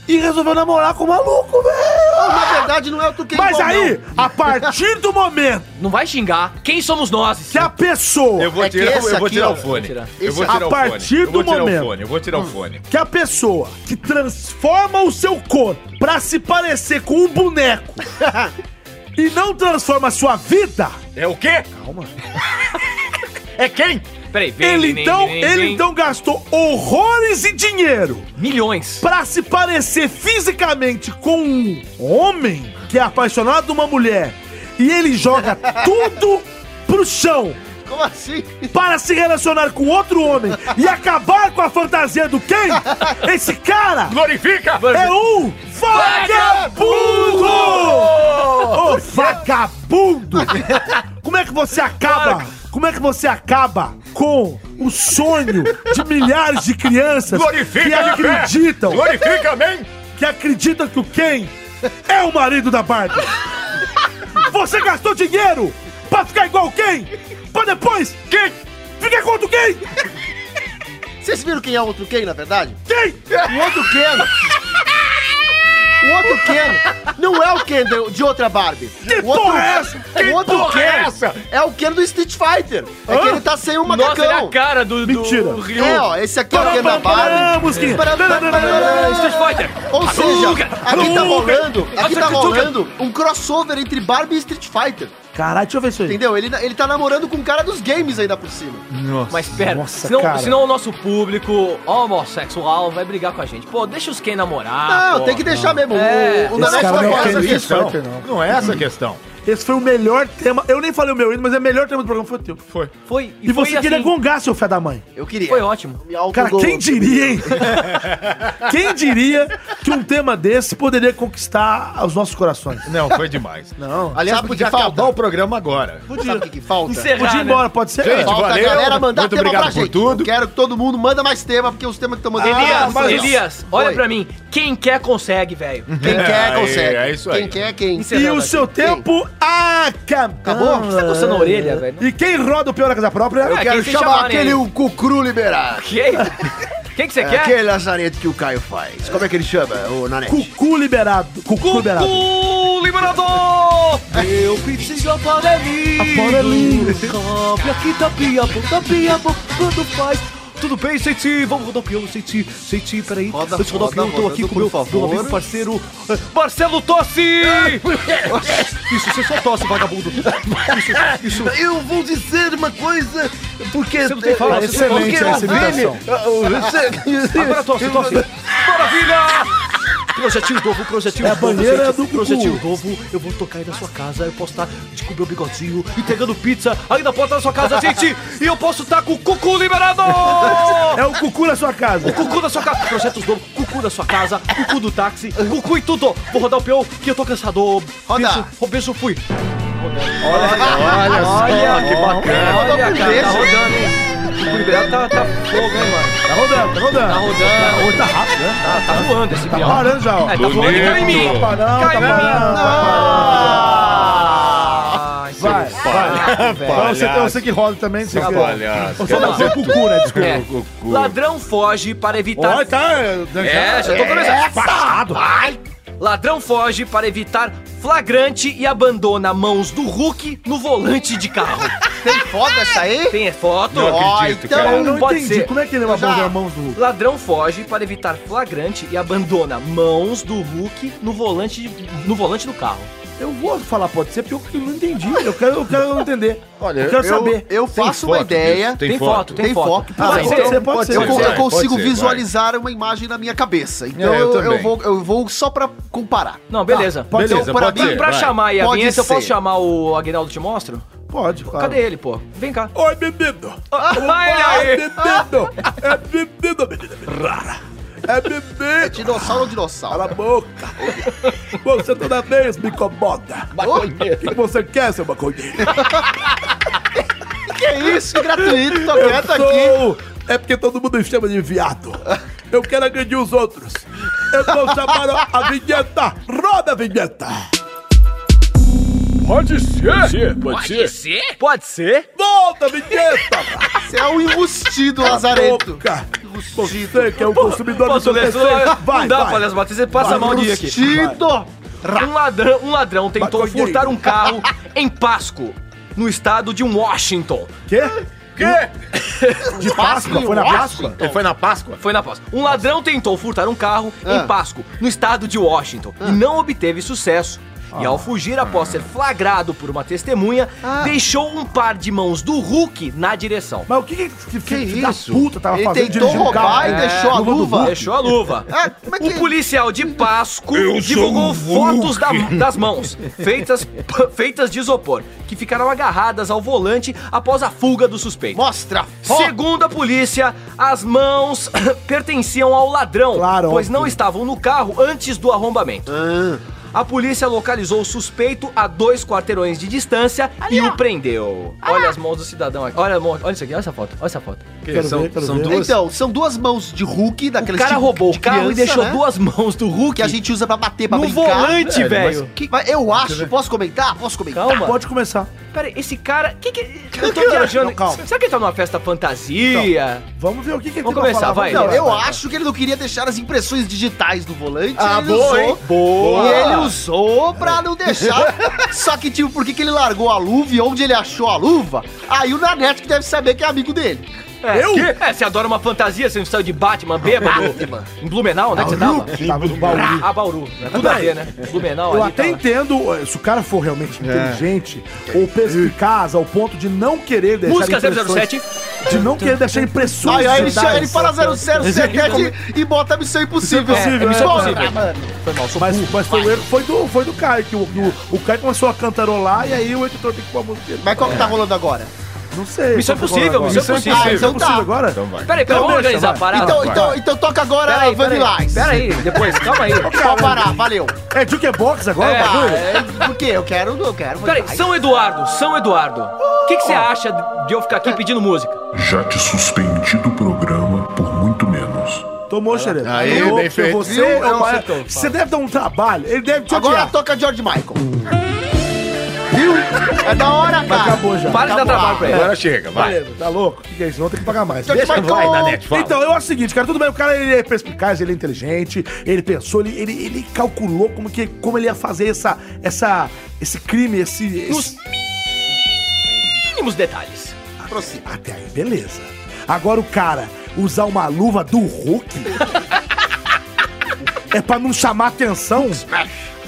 A: E resolveu namorar com o maluco, velho.
B: Ah,
C: Na verdade, não é o tu quem
A: Mas
C: bom,
A: aí, a partir do momento
E: Não vai xingar. Quem somos nós?
A: que a pessoa,
B: Eu vou
C: É que
B: tirar,
C: esse
B: eu vou
C: aqui,
B: tirar
C: ó,
B: o fone.
E: tirar.
B: Eu vou
C: Esse-
B: tirar
A: a
B: o fone.
A: partir
B: Eu vou
A: do
B: tirar o
A: momento.
B: fone, Eu vou tirar o fone.
A: que a pessoa que transforma o seu corpo pra se parecer com um boneco e não transforma a sua vida,
B: É o quê? Calma. É quem?
E: Peraí, vem,
A: ele
E: vem,
A: então,
E: vem,
A: ele
E: vem.
A: então gastou horrores e dinheiro
E: Milhões.
A: pra se parecer fisicamente com um homem que é apaixonado de uma mulher e ele joga tudo pro chão
C: Como assim?
A: para se relacionar com outro homem e acabar com a fantasia do quem? Esse cara
B: Glorifica!
A: é um vagabundo! Ô vagabundo! Como é que você acaba? Como é que você acaba com o sonho de milhares de crianças
B: Glorifica!
A: que
B: de pé.
A: acreditam
B: Glorifica, amém!
A: que acredita que o Ken é o marido da Barbie. Você gastou dinheiro pra ficar igual o Ken, pra depois
B: Quem?
A: ficar contra o Ken.
C: Vocês viram quem é o outro quem, na verdade?
A: Ken!
C: O outro Ken. O outro Ken não é o Ken de, de outra Barbie.
A: Que
C: o outro,
A: porra é essa?
C: O outro
B: porra é
C: Ken
B: essa? Nossa!
C: É o Ken do Street Fighter. É que ele tá sem o
E: Nossa, ele é
C: macacão.
E: a cara do, do
A: Mentira.
E: Ryu.
C: É, ó, esse aqui é o Ken da Barbie.
A: musiquinha.
E: É, Street Fighter.
C: Ou seja, aqui
E: Hadouken,
C: tá
E: Hadouken.
C: rolando, aqui tá
E: Hadouken.
C: rolando um crossover entre Barbie e Street Fighter.
A: Caralho, deixa eu ver isso aí.
C: Entendeu? Ele, ele tá namorando com o cara dos games ainda por cima.
B: Nossa.
E: Mas pera,
A: Nossa, cara.
E: senão, senão o nosso público homossexual vai brigar com a gente. Pô, deixa os Ken namorar.
C: Não,
E: pô.
C: tem que deixar mesmo.
E: Ah, É.
C: O, o
A: Esse
C: Nanete
A: cara
C: vai
A: não
C: falar
A: quer
C: essa
A: isso.
C: questão.
A: questão.
B: não. Não é essa a questão.
A: Esse foi o melhor tema. Eu nem falei o meu hino, mas é o melhor tema do programa foi o teu.
B: Foi.
E: Foi,
A: E,
E: foi assim,
A: você queria gongar, seu fé da mãe.
C: Eu queria.
E: Foi ótimo.
C: Me auto-
A: Cara, quem diria, hein? quem diria que um tema desse poderia conquistar os nossos corações?
B: Não, foi demais.
A: Não.
C: Aliás,
B: Sabe
C: podia
B: podia
C: falta?
B: acabar o programa agora.
C: Sabe o que, que falta?
E: Encerrar,
A: Podia ir
E: né?
A: embora, pode ser?
B: Gente,
C: Falta
B: Valeu,
C: a galera mandar
B: muito
C: tema
B: obrigado
C: pra
B: por
C: gente.
B: tudo.
C: Eu quero que todo mundo manda mais tema, porque os temas que estão mandando...
E: Elias,
A: Ah, mas-
E: Elias, olha
C: Foi.
E: pra mim. Quem quer consegue, velho.
C: Quem quer,
B: É,
C: consegue.
B: é isso aí.
C: Quem quer, quem...
E: Encerrar.
A: E o seu tempo acabou.
E: Por que você tá coçando a orelha, velho?
A: E quem roda o peão na casa própria?
E: Eu quero
C: Chama aquele o cucru liberado.
E: Quem? Quem
A: É,
E: que você quer?
C: Aquele lazareto que o Caio faz. Como é que ele chama, o Nanete?
A: Cucu liberado. Cucu, liberado.
E: O liberador! Eu preciso aparelhinho.
A: Aparelhinho.
E: Cabe aqui da pia, pô, da pia, pô, quando faz. Tudo bem, Senti? Vamos rodar o piano, Senti, Senti, peraí.
C: Roda,
E: Antes de rodar
C: roda,
E: o piano, tô
C: rodando,
E: aqui com
C: por
E: meu, meu
C: favor.
E: amigo parceiro eh, Marcelo Tossi! Isso, você só tosse, vagabundo. Isso, isso.
H: Eu vou dizer uma coisa, porque.
E: Você não tem é que falar, você não
A: É Excelente essa imitação.
E: Agora tosse, tosse. Maravilha! Projetinho novo, projetinho
A: É a
E: novo,
A: banheira
E: gente.
A: do Gugu.
E: Projetinho novo, eu vou tocar aí na sua casa, eu posso estar de com o meu bigodinho, entregando pizza aí na porta da sua casa, gente! E eu posso estar com o cucu liberado!
A: É o cucu na sua casa.
E: Cucu da sua casa, projetos novos, cucu da sua casa, cucu do táxi, cucu e tudo! Vou rodar o peão que eu tô cansado.
C: Roda.
E: Beijo, oh, beijo, fui!
B: Olha só, que bacana.
C: cara, tá rodando,
E: hein? O liberado tá, tá fogo, hein, mano?
A: Tá rodando, tá rodando.
E: rodando,
A: Ô, Tá rápido, né?
E: tá, tá voando esse
A: Tá parando já, ó.
E: É, tá voando e cai em mim.
B: Bonito.
A: Tá parando,
E: Cai
A: tá
E: em mim.
A: parando, tá
E: Ai, seu
A: Vai,
E: safado, velho.
A: parando. Você, tem- Então, você que roda também, você que...
B: Palhaço.
A: Você não foi cucu, né? Desculpa.
E: É. Ladrão foge para evitar.
A: Olha, tá...
E: É, já tô começando.
A: Passado.
E: Ladrão foge para evitar flagrante e abandona mãos do Hulk no volante de carro.
C: Tem foda essa aí?
E: Tem é foto?
B: Não acredito,
C: então,
B: cara.
A: Eu não
E: Pode
A: entendi.
E: ser.
A: Como é que ele vai
C: Eu já-
A: fazer a mão do Hulk?
E: Ladrão foge para evitar flagrante e abandona mãos do Hulk no volante, no volante do carro.
A: Eu vou falar, pode ser, porque eu não entendi. Eu quero, eu quero entender.
B: Olha,
A: eu quero
C: Eu,
A: saber.
C: eu faço uma
B: foto
C: ideia.
B: disso, Tem foto.
E: tem, foto.
C: Ah,
A: Pode
E: Pode
A: ser,
E: ser.
A: pode ser.
C: Eu,
B: Vai,
C: con- eu
B: vai,
C: consigo
B: pode ser,
C: visualizar uma imagem na minha cabeça. Então
B: É, eu
C: eu, eu
B: também.
C: vou, eu vou só pra comparar.
E: Não, beleza.
A: Ah, Pode ser.
B: Beleza,
C: pra
B: pode
C: mim,
E: E um
B: ser,
E: pra
B: vai.
E: chamar aí a
C: Pode
E: vinheta, eu posso
C: ser.
E: chamar o Aguinaldo Te Mostro?
A: Pode, claro.
E: Cadê ele, pô? Vem cá.
A: Oi, menino.
E: Ah, ele aí.
A: menino. É menino, menina rara. É
C: É
A: menino.
C: dinossauro ou dinossauro?
A: Cala a boca. Você toda vez me incomoda. O que você quer, seu maconheiro?
C: Que é isso? Que gratuito, tô
A: Eu
C: quieto aqui.
A: sou... É porque todo mundo me chama de viado. Eu quero agredir os outros. Eu vou chamar a vinheta. Roda a vinheta.
B: Pode ser.
E: Pode ser?
A: Volta a vinheta.
C: Você é um embustido, Lazareto.
A: Boca. Você que é o consumidor do
E: Posso
A: seu
E: ler?
A: PC.
E: né? Não
A: Vai,
E: dá,
A: vai.
E: palhaço Batista, você passa
A: Vai,
E: mal de rir aqui.
C: Embustido.
E: Um ladrão, um ladrão tentou
A: Maconheiro.
E: furtar um carro em Pasco, no estado de Washington.
A: Quê?
B: Quê?
A: De Páscoa? Foi na Páscoa?
B: Ele foi na Páscoa?
E: Foi na Páscoa. Um ladrão tentou furtar um carro
C: Ah.
E: em Pasco, no estado de Washington, e não obteve sucesso. E
C: Ah.
E: ao fugir após ser flagrado por uma testemunha, deixou um par de mãos do Hulk na direção.
A: Mas o que que, que, filho da
C: isso?
A: puta tava
C: Ele
A: fazendo É,
C: tentou roubar e deixou a
A: do
C: luva.
A: Hulk?
E: Deixou a luva.
C: Ah, como é que-
E: O policial de Pasco
B: Eu
E: divulgou
B: sou um o
E: fotos da- das mãos, feitas, feitas de isopor, que ficaram agarradas ao volante após a fuga do suspeito.
C: Mostra a foto.
E: Segundo a polícia, as mãos pertenciam ao ladrão,
A: Claro,
E: pois não
A: óbvio.
E: estavam no carro antes do arrombamento.
C: Ah.
E: A polícia localizou o suspeito a dois quarteirões de distância e o prendeu. Olha as mãos do cidadão aqui. Olha, a mão- olha isso aqui, olha essa foto, olha essa foto.
A: Quero
B: São-
A: ver, quero
B: são
A: ver.
B: duas-
C: Então, são duas mãos de Hulk,
E: O
C: daqueles
E: cara
C: de-
E: roubou
C: tipo de
E: o carro e
C: criança,
E: deixou
C: né?
E: duas mãos do Hulk
C: Que a gente usa pra bater, pra
E: no
C: brincar.
E: volante,
B: É, mas
E: velho. Que-
C: Mas eu acho, posso comentar? Posso comentar?
E: Calma.
A: Pode começar.
E: Pera, esse cara. Que que. Eu tô viajando.
A: Não, calma.
E: Será que ele tá numa festa fantasia?
A: Vamos ver o que que ele
E: Vamos
A: tem pra
E: começar,
A: falar.
E: vai.
A: Vamos
C: Não,
A: ver.
C: eu acho que ele não queria deixar as impressões digitais do volante.
B: Ah,
C: ele
B: boa,
C: usou.
B: hein? Boa.
C: E ele usou pra não deixar. Só que, tipo, por que, que ele largou a luva e onde ele achou a luva? Aí o Nanete que deve saber que é amigo dele.
E: É, eu? É, você adora uma fantasia, você não saiu de Batman, bêbado? Em Blumenau, né? Que você tava?
A: Tava no baú.
E: Ah, Bauru. É tudo a ver, né? Blumenau
A: Eu
E: ali
A: até
E: tava.
A: entendo, eh, se o cara for realmente inteligente ou perspicaz ao ponto de não querer deixar
E: Música
A: impressões-
E: 007.
A: De não querer deixar impressões.
C: Aí, aí ele,
A: sociais.
C: chega, ele fala 007 e bota Missão Impossível.
A: Missão
B: né?
A: Impossível,
C: Missão
A: é.
C: Impossível.
A: Mas, mas foi o erro foi do, foi do Caio, que o, o, o Caio começou a cantarolar e aí o editor tem que pôr a música dele.
C: Mas qual que tá rolando agora?
A: Não sei.
E: Missão
A: qual que tá
E: Impossível,
A: rolando
E: Missão
A: agora.
E: Impossível.
A: Ah, Missão
C: Ah, então tá.
A: Impossível agora?
E: Peraí, peraí, vamos
A: deixa,
E: organizar a
A: vai.
E: parada.
C: Então, então, então toca agora
E: Peraí,
C: Vanillais.
E: peraí, peraí, depois, calma aí.
C: Pode parar, valeu.
A: É jukebox agora,
E: É,
A: bagulho?
C: É, Por quê? Eu quero, eu quero.
E: Peraí, São Eduardo, São Eduardo. O que, que você acha de eu ficar aqui pedindo música?
I: Já te suspendi do programa por muito menos.
A: Tomou, xerê.
B: Aí,
A: Tomou,
B: bem
A: porque
B: feito.
A: Você,
B: Viu?
A: é o
B: Não,
A: maior-
B: você toma.
A: você deve dar um trabalho. Ele deve te
C: Agora
A: odiar.
C: toca George Michael. Viu? É da hora, cara.
A: Acabou já.
E: Para de dar trabalho pra ele.
B: Agora chega, vai.
A: Tá louco? O que que é isso? Vamos ter que pagar mais.
C: George Michael.
B: Vai, Nanete, fala.
A: Então, eu acho o seguinte, cara, tudo bem, o cara ele é perspicaz, ele é inteligente, ele pensou, ele, ele, ele calculou como, que, como ele ia fazer essa, essa, esse crime, esse.
E: Nos
A: esse-
E: mínimos detalhes.
C: Prossiga.
A: Até aí, beleza. Agora o cara usar uma luva do Hulk é pra não chamar atenção.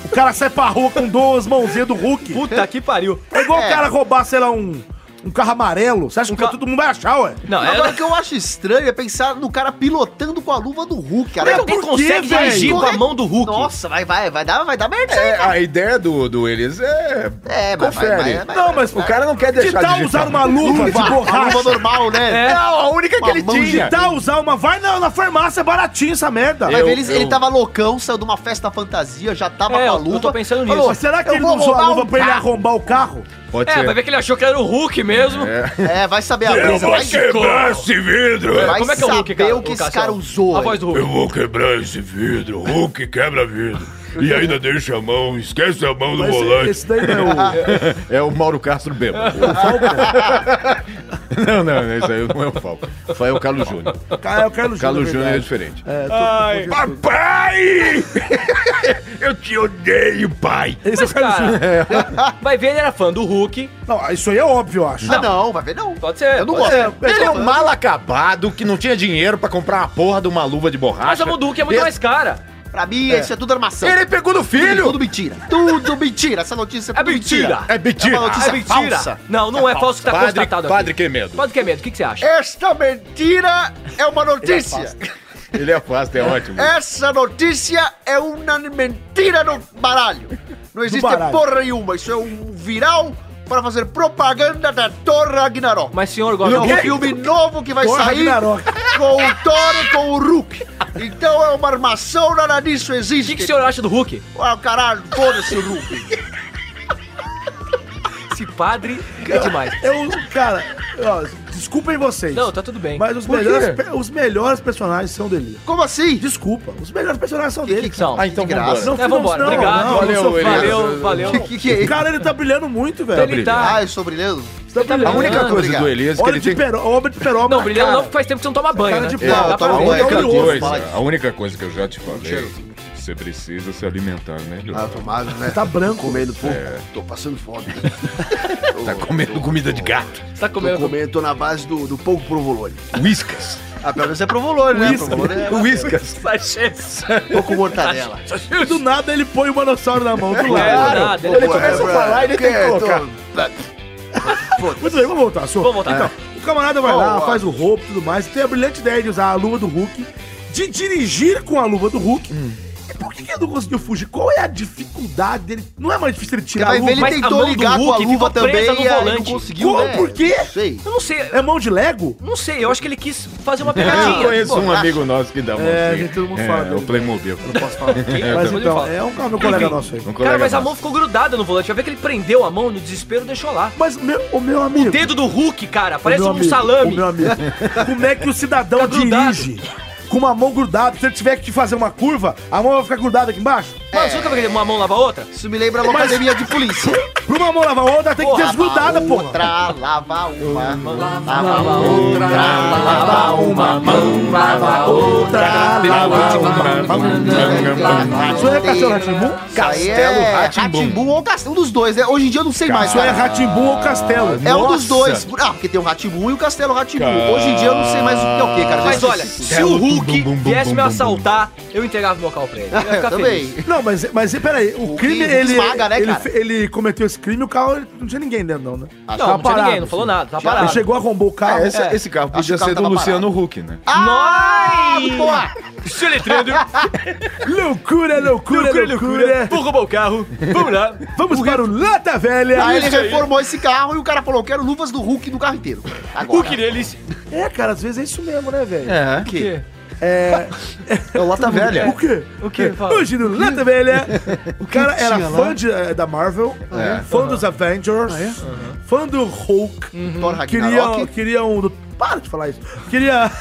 A: O cara sai pra rua com duas mãozinhas do Hulk.
E: Puta que pariu.
A: É igual o
C: É.
A: cara roubar, sei lá, um, um carro amarelo. Você acha que
E: ca-
A: todo mundo vai achar, ué?
E: Não,
C: Agora,
E: é.
C: o que eu acho estranho é pensar no cara pilotando com a luva do Hulk, cara.
E: Como é que alguém
A: por quê,
E: consegue
A: velho?
E: dirigir com a mão do Hulk?
C: Nossa, vai, vai, vai dar, vai dar merda.
B: É, a ideia do, do Elis é.
C: É, mas vai,
B: Confere.
C: vai, vai,
A: Não,
C: vai.
A: mas
B: O cara não quer
A: de
B: deixar
A: tal
B: digitar.
A: usar uma luva de
C: Luva, uma luva
A: borracha.
C: normal, né?
E: É.
B: Não, a única que
C: Uma
B: ele
C: mão
B: tinha.
A: De tal usar uma. Vai na, na farmácia, é baratinho essa merda.
C: Vai
B: Eu-
C: ver, ele,
B: eu-
C: ele tava loucão, saiu de uma festa fantasia, já tava
E: É,
C: com a
E: eu- eu
C: luva.
E: tô pensando nisso.
A: Mas será que
C: eu
A: ele
C: vou
A: não usou a
C: roubar
A: luva
C: um
A: pra ele
C: carro.
A: arrombar o carro?
B: Pode
E: É,
B: ser.
E: vai ver que ele achou que era o Hulk mesmo.
C: É, vai saber a brisa. Vai,
B: esse vidro!
C: vai
E: Como é que é o Hulk,
C: saber
E: cara?
C: o que esse
E: Cassiano?
C: cara usou.
E: A voz do Hulk.
I: vou quebrar esse vidro. Hulk quebra vidro. E ainda deixa a mão, esquece a mão do
A: Mas esse, esse daí não é o.
B: É o Mauro Castro bêbado.
C: É
B: não, não, não, isso aí não é o Falco. Foi o Carlos Júnior.
A: É o Carlos Júnior.
B: Carlos
A: é
B: Júnior é
A: verdade.
B: diferente.
A: É, tô-
I: Papai! Eu te odeio, pai!
A: Esse é o
E: Mas,
A: Carlos Júnior.
E: cara, vai ver, ele era fã do Hulk.
A: Não, isso aí é óbvio, eu acho.
C: Ah, não, vai ver não.
E: Pode ser.
C: Eu não
E: pode
C: gosto.
E: ser.
B: Ele é um mal acabado que não tinha dinheiro pra comprar uma porra de uma luva de borracha.
E: Mas a mão do Hulk é muito mais cara.
C: Pra mim, isso é tudo armação.
B: Ele pegou do
C: Tudo,
B: filho!
C: tudo mentira. Tudo mentira. Essa notícia é,
E: É
C: tudo
E: mentira.
B: É mentira. Ah,
C: É uma notícia
E: É mentira.
C: falsa.
E: Não, não é, falso que tá
B: Padre,
E: constatado
B: padre
E: aqui.
B: que É. medo.
E: Padre Quemedo, o que, que você acha?
C: Esta mentira é uma notícia.
B: Ele é fácil, é ótimo.
C: Essa notícia é uma mentira no baralho. Não existe
A: baralho.
C: porra nenhuma. Isso é um viral para fazer propaganda da Thor Ragnarok.
E: Mas senhor
C: É
E: gosta do
C: um
E: Hulk?
C: filme novo que vai
A: Thor
C: sair
A: Ragnarok.
C: com o Thor e com o Hulk. Então é uma armação, nada disso
E: O que,
C: existe.
E: que o senhor acha do Hulk?
C: Ah, caralho, foda-se o Hulk.
E: Esse padre é demais.
A: Eu, cara, ó, desculpem vocês.
E: Não, tá tudo bem.
A: Mas os
B: Por quê?
A: melhores, pe- os melhores personagens são dele.
C: Como assim?
A: Desculpa, os melhores personagens são dele.
E: que são?
B: Ah, então
C: De graça.
B: vambora.
A: Não,
E: É, vambora.
A: não,
E: Obrigado.
A: não,
B: Valeu,
A: não sou-
B: Elias.
E: Valeu, valeu.
C: Que que é
A: O
C: isso?
A: cara, ele tá brilhando muito, velho.
E: Ele tá.
C: Ah, eu sou brilhando?
A: Tá brilhando.
B: A única
C: Ah,
B: coisa
C: obrigado.
B: do Elias é que
A: Olha
B: ele tem...
A: de peroba, obra de peroba.
E: Não, brilhando
A: é cara.
E: não, porque faz tempo que você não toma banho,
A: Cara
E: né?
A: de
B: É,
A: pau,
E: dá
C: tá
E: pra
B: a,
C: bom,
E: ver.
C: é.
B: única
C: Cabuloso, fala
B: coisa,
C: isso.
B: a única coisa que eu já te falei, é você precisa se alimentar
C: Ah,
B: melhor.
H: tô magro, né?
A: Tá branco.
H: comendo pouco.
C: É.
H: Tô passando fome.
B: Tá comendo comida de gato,
E: Você tá
H: Tô
E: comendo.
H: comendo, tô na base do, do pouco provolone.
B: whiskas,
C: Ah, pelo menos é provolone, né? Provolone é
B: whiskas.
E: Sachês.
C: tô com mortadela.
A: Do nada ele põe o manossauro na mão, do
E: É,
A: lado.
E: do nada,
B: Ele
E: ele-
B: começa
C: É,
B: a falar e ele tem que colocar.
A: Muito bem, vamos voltar, senhor.
E: Vamos voltar.
A: Então, o camarada vai lá,
C: Vamos lá.
A: faz o roubo e tudo mais, tem a brilhante ideia de usar a luva do Hulk, de dirigir com a luva do Hulk.
E: Hum.
A: E por que que ele não conseguiu fugir? Qual é a dificuldade dele? Não é mais difícil ele tirar a
C: vai
A: luva?
C: ver, ele
E: Mas a
C: tentou
E: mão do
C: ligar com a
E: Hulk
C: luva
E: ficou
C: também
E: presa no
C: e aí não
E: volante.
C: conseguiu,
A: Como?
C: né?
A: Por quê?
C: Não sei.
E: Eu não sei.
A: É mão de Lego?
E: Não sei, eu acho que ele quis fazer uma
B: Eu
E: pegadinha.
B: conheço um
C: borracha.
B: amigo nosso que dá uma
A: É, gente, todo mundo fala
B: É, o
A: dele.
B: Playmobil.
A: Mas
E: Depois
A: então,
E: ele fala.
A: é um, é um colega
E: Enfim.
A: nosso aí.
B: Um colega
E: Cara, mas a
B: nosso.
E: mão ficou grudada no volante. Vai ver que ele prendeu a mão no desespero e deixou lá.
A: Mas meu, o meu amigo.
E: O dedo do Hulk, cara,
A: o
E: parece
A: meu
E: um
A: amigo,
E: salame.
A: O meu amigo. Como é que o cidadão
E: Fica grudado.
A: dirige com uma mão grudada? Se ele tiver que fazer uma curva, a mão vai ficar grudada aqui embaixo?
E: Mano, você nunca viu aquele uma mão lava a outra?
C: Isso me lembra uma academia de polícia.
A: Pra uma mão lavar a outra, tem que
E: Porra,
A: ter desgrudada, porra.
C: Outra, lava uma.
E: Lava outra, lava uma mão, lava outra, lava
A: Isso é Castelo Rá-Tim-Bum?
C: Castelo Ratimbum é ou Castelo. Um dos dois, né? Hoje em dia eu não sei mais. né?
A: Isso é
C: cara.
A: Ratimbum ou Castelo?
C: É um dos
A: Nossa.
C: dois. Ah, porque tem o Ratimbum e o Castelo Ratimbum. Hoje em dia eu não sei mais o que é o que, cara.
E: Mas
C: Já
E: olha,
C: esqueci.
E: se o Hulk viesse me assaltar, eu entregava o local pra ele. Eu ia
C: eu
E: ficar feliz.
C: também.
A: Não, mas, mas peraí, o,
C: O que
A: crime, ele,
C: esmaga, né,
A: ele,
C: cara?
A: ele cometeu esse crime, o carro não tinha ninguém dentro, não, né?
E: Não,
A: Tava
E: não tinha ninguém, não falou
A: assim.
E: nada, tava
C: Tá.
A: Ele
E: parado.
A: chegou, arrombou o
C: É,
A: carro.
B: Ah, Esse,
E: é.
B: esse carro
C: Acho que
B: podia
C: o carro
B: ser do
C: tava
B: Luciano Huck, né?
E: Ah,
C: Boa!
E: Soletrando,
C: é-
A: Loucura, loucura,
E: loucura,
A: loucura.
E: loucura. Vou roubar o carro. Vamos lá.
A: Vamos para o Lata
E: É
A: Velha.
C: Aí Ah, ele reformou esse carro e o cara falou: quero luvas do Hulk no carro inteiro. Agora.
E: Hulk neles.
A: É, cara, às vezes é isso mesmo, né, velho?
C: É. O quê?
B: É o Lata Velha.
A: O quê?
E: O que? Fala.
A: Hoje no Lata Velha, o cara era
C: tinha lá?
A: fã de, eh, da Marvel,
C: Ah, é?
A: fã dos Avengers, fã do Hulk,
C: Thor
A: queria,
C: Ragnarok.
A: queria um... do- Para de falar isso. Queria...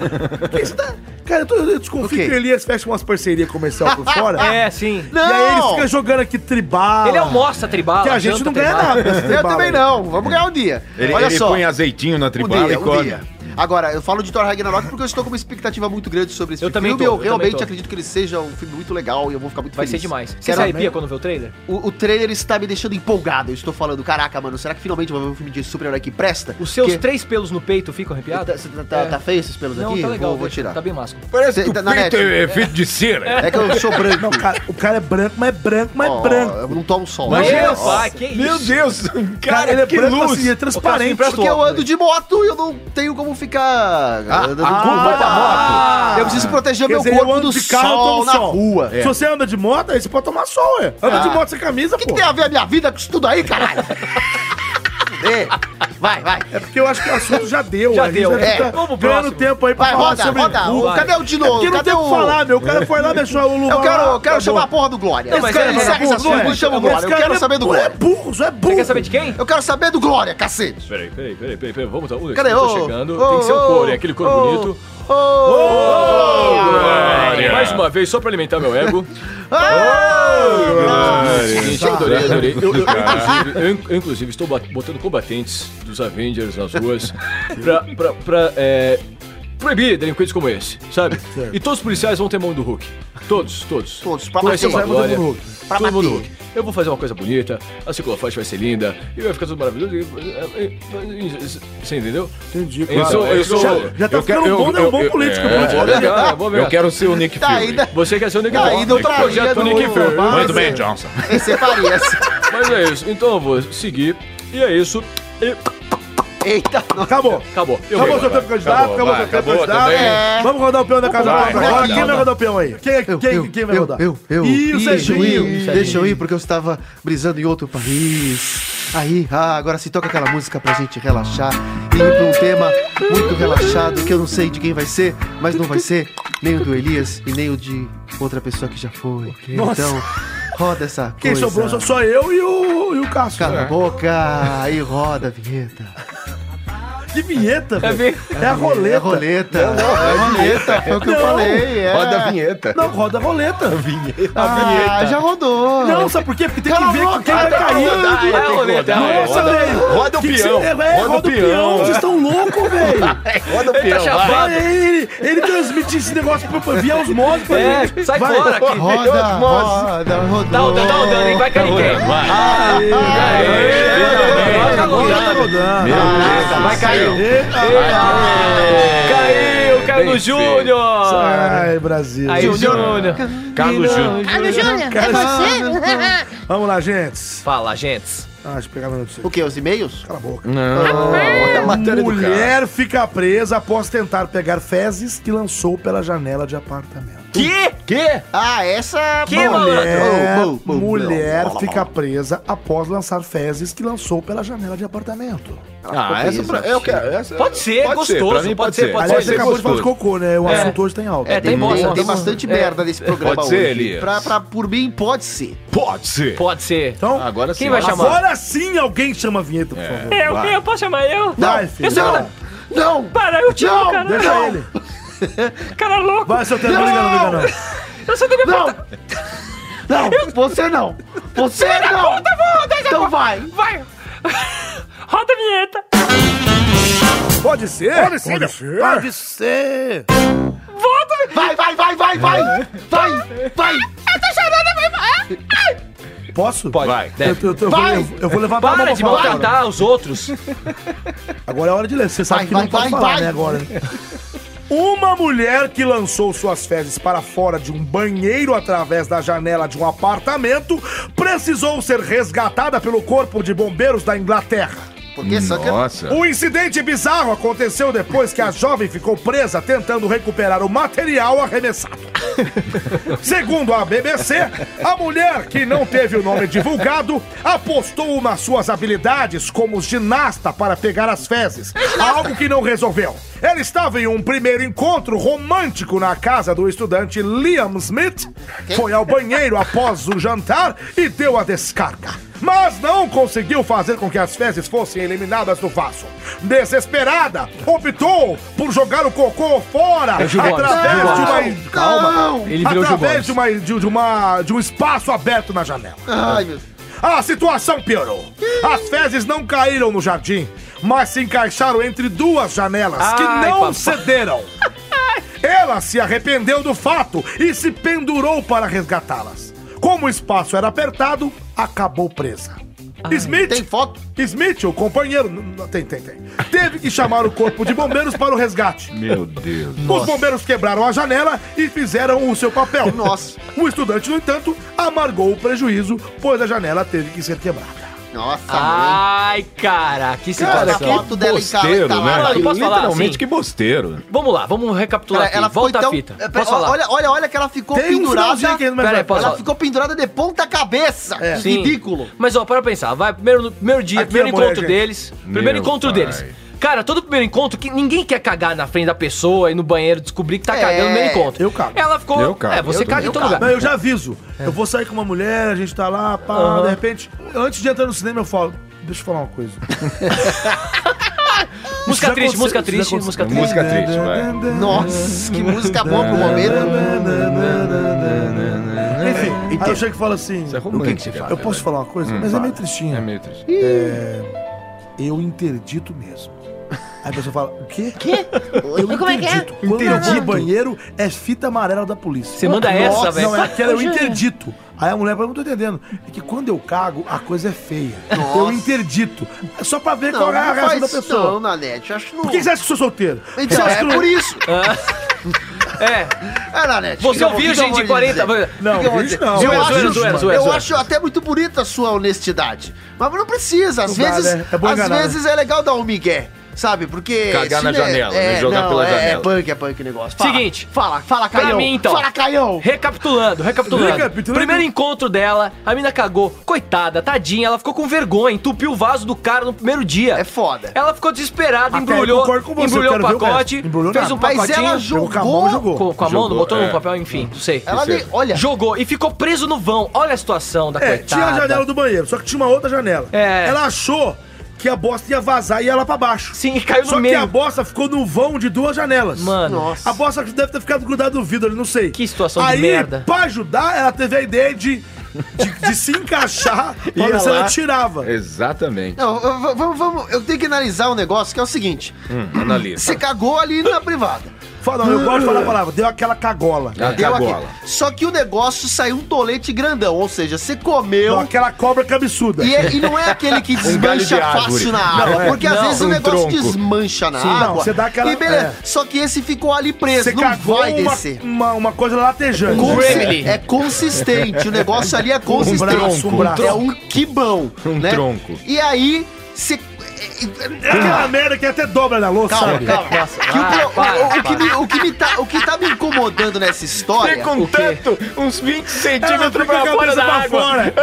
A: que isso tá... Cara, eu, tô, eu desconfio
C: O quê?
A: que o Elias fecha umas parcerias comercial por fora.
E: É, sim.
A: E aí ele
C: Não!
A: fica jogando aqui tribal.
E: Ele é almoça tribal.
A: Que a gente não ganha nada. com esse
C: Eu
A: tribala
C: também
A: aí.
C: não. Vamos ganhar um dia.
B: Ele,
C: Olha
B: ele
C: só.
B: põe azeitinho na
C: Um
B: tribala
C: dia,
B: e
C: um
B: come.
C: dia. Agora, eu falo de Thor Ragnarok porque eu estou com uma expectativa muito grande sobre esse
E: Eu
C: filme.
E: também tô,
C: eu,
E: eu
C: realmente
E: também tô.
C: acredito que ele seja um filme muito legal e eu vou ficar muito
E: Vai
C: feliz.
E: ser demais. Você
C: Quero-
E: se arrepia quando vê o trailer?
C: O, o trailer está me deixando empolgado. Eu estou falando, caraca, mano, será que finalmente vai ver um filme de super-herói que presta?
E: Os seus
C: Porque-
E: três pelos no peito ficam
C: Tá,
E: arrepiados?
C: tá, tá- tá feio esses pelos
E: Não,
C: aqui?
E: tá legal.
C: vou, vou
E: deixa,
C: tirar.
E: Tá bem másculo.
B: Parece
C: Cê-
B: que o
C: tá na
B: peito
C: net.
B: é é feito de cera.
C: É que eu sou branco.
A: Não, cara, o cara é branco, mas é branco, mas
C: Ó,
A: é branco.
C: Eu não tomo sol.
E: Meu
C: Olha,
E: Deus,
C: ó.
E: pai, que isso?
B: Meu Deus,
A: Cara,
B: cara,
A: ele é
B: que
A: branco
B: luz.
A: assim, é transparente.
E: Ô, cara,
C: Porque eu ando de moto e eu não tenho como ficar
A: Ah,
C: andando com culpa da moto. Eu preciso proteger
A: Quer
C: meu
A: dizer, eu
C: corpo
A: ando
C: do
A: de carro, eu
C: sol
A: tomo
C: na
A: sol. É.
C: rua.
A: Se você anda de moto, aí você pode tomar sol, ué. Anda
C: Ah.
A: de moto sem camisa,
C: O que, que
A: pô.
C: tem a ver a minha vida com isso tudo aí, caralho? Vê. vai, vai.
A: É porque eu acho que o assunto já deu.
E: Já
A: a gente
E: deu,
A: já
E: é.
A: tá
E: Vamos pro
A: ganhando
E: próximo.
A: tempo aí pra
C: Vai,
A: falar
C: roda,
A: sobre
C: roda. O-
A: Hulk.
E: vai.
C: cadê o
A: É
C: Dino?
A: porque não
C: cadê
A: tem o que falar, meu. O cara foi lá, deixou o lugar
C: Eu quero, eu quero chamar a
A: porra.
C: porra do Glória.
E: Não, mas
C: Esse cara
E: ele é
C: encerra esse
E: burro,
C: assunto
E: não é?
C: e chama o Glória. Eu quero saber do
A: É
C: Glória.
A: burro, isso é burro.
E: Você quer saber de quem?
C: Eu quero saber do Glória, cacete.
D: Peraí, peraí, peraí, peraí, peraí, vamos lá. Um, dois,
C: Cadê?
D: três, tô
C: Ô,
D: chegando.
C: ô,
D: Tem que ser o
C: ô,
D: couro, é aquele couro
C: ô,
D: bonito.
C: Ô,
D: né? Glória. Mais uma vez, só pra alimentar meu ego. Gente, eu adorei, adorei. Tá. Eu, eu- eu, inclusive, eu, eu, inclusive, estou bat- botando combatentes dos Avengers nas ruas pra, pra, pra é, proibir delinquentes como esse, sabe? E todos os policiais vão ter mão do Hulk. Todos, todos.
C: Todos, pra
D: Vai ser
C: bater.
D: uma glória.
A: Todo mundo Hulk.
C: Pra
D: Todo mundo
C: bater.
D: Hulk. Eu vou fazer uma coisa bonita, a ciclofaixa vai ser linda, e vai ficar tudo maravilhoso. Você entendeu?
A: Entendi,
D: Eu sou- eu sou-
A: Já, já tá
B: eu quero-
A: ficando um bom,
B: eu-
A: um bom
B: eu-
A: político.
B: é.
A: muito
D: Vou
A: bom.
D: pegar, vou pegar.
B: Eu quero ser o Nick
C: Tá
B: Fury.
C: ainda. um.
D: Você quer ser o Nick
C: Tá
D: Fury.
C: indo pra
D: projeto
C: ilha
D: Nick
C: do-
D: Fury.
B: Muito bem, Johnson.
C: Esse parece.
D: Mas é isso, então eu vou seguir, e é isso. E
C: Eita, nossa.
A: Acabou.
D: acabou. Eu vou.
A: Acabou seu tempo
C: Tá,
A: candidato, acabou
B: vai,
A: seu tempo
B: acabou tá
A: candidato.
B: também.
A: É. Vamos rodar o peão da casa
B: Vai,
A: nova agora.
B: vai,
A: Quem
B: vai,
A: vai rodar o peão aí? Quem, é quem,
H: Eu,
A: quem vai
H: eu,
A: rodar? é
H: Eu, eu.
A: Ih, o
H: deixa eu
A: Serginho.
H: ir, Deixa eu ir, porque eu estava brisando em outro país. Aí, ah, agora se toca aquela música pra gente relaxar e ir pra um tema muito relaxado que eu não sei de quem vai ser, mas não vai ser nem o do Elias e nem o de outra pessoa que já foi.
A: Nossa.
H: Então, roda essa
A: Quem
H: coisa.
A: sobrou sou só eu e o, e o Cássio.
H: Cala a boca e roda a vinheta.
A: Que vinheta, velho. É, a roleta.
H: É roleta. É roleta.
C: Foi o que eu
A: Não.
C: falei, é.
B: Roda a vinheta.
A: Não, roda a roleta.
H: Ah, já rodou.
A: Não, sabe por quê? Porque tem
H: Cala
A: que
H: a
A: ver
H: boca,
A: quem vai cair.
E: É a roleta.
A: Nossa, velho.
B: Roda o
A: Que que
B: peão.
A: cê- é,
B: Roda o
A: roda o peão.
B: peão.
A: Vocês estão loucos, velho.
B: Roda o
E: tá
B: peão, vai.
A: Vai, Ele, ele transmite esse negócio pra- pra- via osmose pra
E: É,
A: gente.
E: sai
A: Vai.
E: fora aqui.
H: Roda, roda, rodou.
E: Dá o dano, dá o dano, hein? Vai cair quem? Vai
A: Tá rodando, tá
E: cair.
A: rodando.
C: Ah,
E: Vai cair.
C: é.
A: Eita.
E: Caiu, caiu no Júnior.
A: Ai, Brasil.
E: Aí, Júnior.
B: Carlos Júnior.
F: Carlos Júnior, é
E: Ah,
F: você?
A: Vamos lá, gente.
E: Fala, gente.
A: Ah, deixa eu pegar meu notícia.
C: O quê? Os e-mails?
A: Cala a boca.
B: Olha a matéria do cara.
A: Mulher fica presa após tentar pegar fezes que lançou pela janela de apartamento.
E: Que? Que?
C: Ah, essa.
E: Que,
C: Bom,
E: malandro?
A: Mulher,
C: Bom, bom, bom,
A: mulher
C: bom, bom,
A: fica
C: bom.
A: presa após lançar fezes que lançou pela janela de apartamento.
B: Ah, essa pra,
C: É
B: eu quero. Essa, é
E: Pode ser, gostoso,
B: pra mim
E: pode ser, pode
A: Aliás,
E: ser
A: você acabou de falar de
B: gostoso.
A: cocô, né? O
E: É.
A: assunto hoje tem alta.
E: É, tem
C: Tem,
E: bosta.
C: tem
E: Nossa.
C: bastante
E: É.
C: merda nesse programa
B: Pode ser,
C: hoje.
B: Elias.
C: Pra, pra- por mim, pode ser.
B: Pode ser.
E: Pode ser.
A: Então,
B: Agora sim.
E: Quem vai chamar?
A: agora sim alguém chama a vinheta, por favor.
E: Eu, eu posso chamar eu?
A: Vai, filho.
C: não, não,
E: Para, eu tiro,
C: Não,
E: cara.
A: Deixa
E: Não,
A: ele.
E: Cara louco.
A: Vai, seu tempo, não liga, não liga, não.
E: Eu só tenho que
C: não. Não, você não. Você não. Então vai.
J: Roda a vinheta.
A: Pode ser? Pode ser. Pode ser. Pode ser.
J: Volta.
C: Vai, vai, vai, vai, vai. Vai, vai.
J: Eu tô chorando, vai. vai. Ai.
A: Posso?
E: Pode. Vai,
A: Eu, eu- eu- eu vou,
C: Vai.
A: lev- eu vou levantar a mão
E: Para
A: pra
E: de
A: falar, cara.
E: maltratar os outros.
A: Agora é hora de ler. Você sabe
C: Vai,
A: que
C: vai,
A: não pode
C: vai,
A: falar,
C: vai.
A: né, agora. né? Uma mulher que lançou suas fezes para fora de um banheiro através da janela de um apartamento precisou ser resgatada pelo corpo de bombeiros da Inglaterra.
C: Porque só que...
B: Nossa.
A: O incidente bizarro aconteceu depois que a jovem ficou presa tentando recuperar o material arremessado. Segundo a BBC, a mulher, que não teve o nome divulgado, apostou nas suas habilidades como ginasta para pegar as fezes, algo que não resolveu. Ela estava em um primeiro encontro romântico na casa do estudante Liam Smith, foi ao banheiro após o jantar e deu a descarga mas não conseguiu fazer com que as fezes fossem eliminadas do vaso. Desesperada, optou por jogar o cocô fora
D: É Gil Gomes,
A: através
D: Gil
A: de uma.
D: Gomes.
A: Calma!
D: Ele virou Gil
A: através
D: Gomes.
A: de uma, de, de uma de um espaço aberto na janela.
C: Ai, meu Deus.
A: A situação piorou. As fezes não caíram no jardim, mas se encaixaram entre duas janelas que
E: Ai,
A: não
E: papai.
A: cederam. Ela se arrependeu do fato e se pendurou para resgatá-las. Como o espaço era apertado, acabou presa. Smith,
C: Tem foto?
A: Smith, o companheiro, n- n- tem, tem, tem, teve que chamar o corpo de bombeiros para o resgate.
B: Meu Deus.
A: Os bombeiros quebraram a janela e fizeram o seu papel.
C: Nossa.
A: O estudante, no entanto, amargou o prejuízo, pois a janela teve que ser quebrada.
C: Nossa, mãe.
E: Ai, Ah, cara, que
C: Cara,
E: situação.
C: que foto dela tá
B: Bosteiro, né?
E: eu posso falar
B: Literalmente
E: assim?
B: que bosteiro.
E: Vamos lá, vamos recapitular
C: Cara,
E: aqui.
C: ela ficou
E: Volta
C: então...
E: a fita.
C: é, pera-
E: Posso falar?
C: Olha, olha, olha que ela ficou pendurada...
A: finalzinho que ele- mas-
E: Pera aí, posso
C: Ela
E: falar?
C: ficou pendurada de ponta cabeça. Que
E: Sim.
C: É Ridículo.
E: Mas ó, para pensar, vai, primeiro, primeiro dia,
A: Aqui
E: primeiro
A: é a mulher,
E: encontro
A: gente.
E: deles. Primeiro
B: Meu
E: encontro
B: pai.
E: deles. Cara, todo primeiro encontro, que ninguém quer cagar na frente da pessoa e no banheiro descobrir que tá
C: É,
E: cagando no primeiro encontro.
A: eu cago.
E: Ela ficou.
B: Eu cago.
E: É, você
B: Eu
E: caga em
B: também.
E: todo
C: Eu
E: lugar.
A: Não, eu já aviso. Eu vou sair com uma mulher, a gente tá lá, pá, de repente, antes de entrar no cinema eu falo, deixa eu falar uma coisa. Isso
E: Música
A: já
E: triste,
A: aconteceu,
E: música
A: isso já
E: triste,
A: aconteceu. tá
E: música triste.
B: É Música triste, vai.
C: Nossa, que música boa pro momento.
A: Enfim, aí eu chego e falo assim,
B: Isso é romântico.
A: eu posso falar uma coisa? Mas é meio tristinha.
B: É meio triste.
A: Eu interdito mesmo. Aí a pessoa fala, o quê?
F: Oi, Como é que é?
A: Quando eu vou no banheiro, é fita amarela da polícia.
E: Você manda essa, velho.
A: Não, é aquela, eu interdito. Aí a mulher fala, não tô entendendo. É que quando eu cago, a coisa é feia. Eu interdito. É Só pra ver
C: Não,
A: qual é a
C: não
A: reação da
C: faz isso
A: pessoa.
C: não, Nanete. Acho que não...
A: Por que você acha que eu sou solteiro? Você
C: Então,
A: acha
C: é
A: que eu-
C: por isso.
E: É,
C: É, Nanete.
E: você é
C: fica-
E: um
C: fica
E: virgem
C: bom
E: de 40.
C: dizer.
A: Não,
C: Fica bom
A: bicho,
C: dizer.
A: não.
C: Eu
E: Zoeira,
C: acho-
E: zoeira, zoeira, zoeira,
C: Eu
E: zoeira.
C: acho até muito bonita a sua honestidade. Mas não precisa. Às
A: Não dá,
C: vezes,
A: né? É bom
C: às
A: enganar,
C: vezes é legal dar um migué. Sabe? Porque.
B: Cagar
C: se
B: na
C: né-
B: janela,
C: é,
B: né? Jogar
C: não,
B: pela
C: é, É
B: janela.
C: punk, é punk o negócio.
E: Seguinte,
C: Fala, fala,
E: pra
C: Caião.
E: mim, então.
C: Fala, Caião.
E: recapitulando, recapitulando.
A: Recapitulando.
E: Primeiro encontro dela, a mina cagou. Coitada, tadinha, ela ficou com vergonha, entupiu o vaso do cara no primeiro dia.
C: É foda.
E: Ela ficou
A: Até
E: desesperada,
A: eu
E: embrulhou,
A: concordo com você,
E: embrulhou
A: eu
E: o
A: quero ver o
E: pacote,
A: resto. Embrulhou
E: fez
A: nada.
E: um
C: Mas
E: pacotinho.
C: ela
A: Jogou com a mão, jogou.
E: Com, com a mão, não
B: Jogou,
E: botou
B: é.
E: no papel, enfim, não sei.
C: Ela nem. Olha.
E: Jogou e ficou preso no vão. Olha a situação da
A: É,
E: coitada.
A: tinha a janela do banheiro, só que tinha uma outra janela.
E: É.
A: Ela achou que a bosta ia vazar e ia lá pra baixo.
E: Sim, e caiu
A: Só
E: no
A: que
E: meio.
A: a bosta ficou no vão de duas janelas.
E: Mano,
A: A bosta deve ter ficado grudada no vidro, ali, não sei.
E: Que situação de
A: Aí,
E: merda.
A: pra ajudar, ela teve a ideia de, de, de se encaixar pra
B: Ia
A: ver se ela
B: lá.
A: tirava.
B: Exatamente.
C: Não, v- v- vamos, vamos. Eu tenho que analisar um negócio que é o seguinte:
B: Hum, Analisa.
C: você cagou ali na privada.
A: Fala, não, eu gosto de falar a palavra. Deu aquela cagola.
C: É.
B: Ah,
C: Deu aqui.
B: Cagola.
C: Só que o negócio saiu um tolete grandão, ou seja, você comeu.
A: Não, aquela cobra cabeçuda.
C: E, é- e não é aquele que
A: Um
B: galho de
C: desmancha
B: árvore.
C: fácil na água,
A: Não, é.
C: porque às
E: Não,
C: vezes o
B: um
C: negócio
B: tronco.
C: desmancha na
A: Sim,
C: água.
A: não, você dá aquela-
C: E beleza.
A: é.
C: Só que esse ficou ali preso,
A: Você
C: não
A: cagou
C: vai
A: uma,
C: descer.
A: uma, uma coisa latejante.
C: Consi-
E: Gremlin.
C: é consistente, o negócio ali é consistente.
A: braço, um braço.
C: é um quibão.
B: Um
C: né?
B: tronco.
C: E aí, você.
A: é Aquela merda que até dobra na louça,
C: Calma,
A: sabe?
C: calma. Que o pro- o- o- o que me- O que me tá- o que tá me incomodando nessa história.
B: com tanto, uns 20
A: Ela fica
B: centímetros
A: com a cabeça pra fora.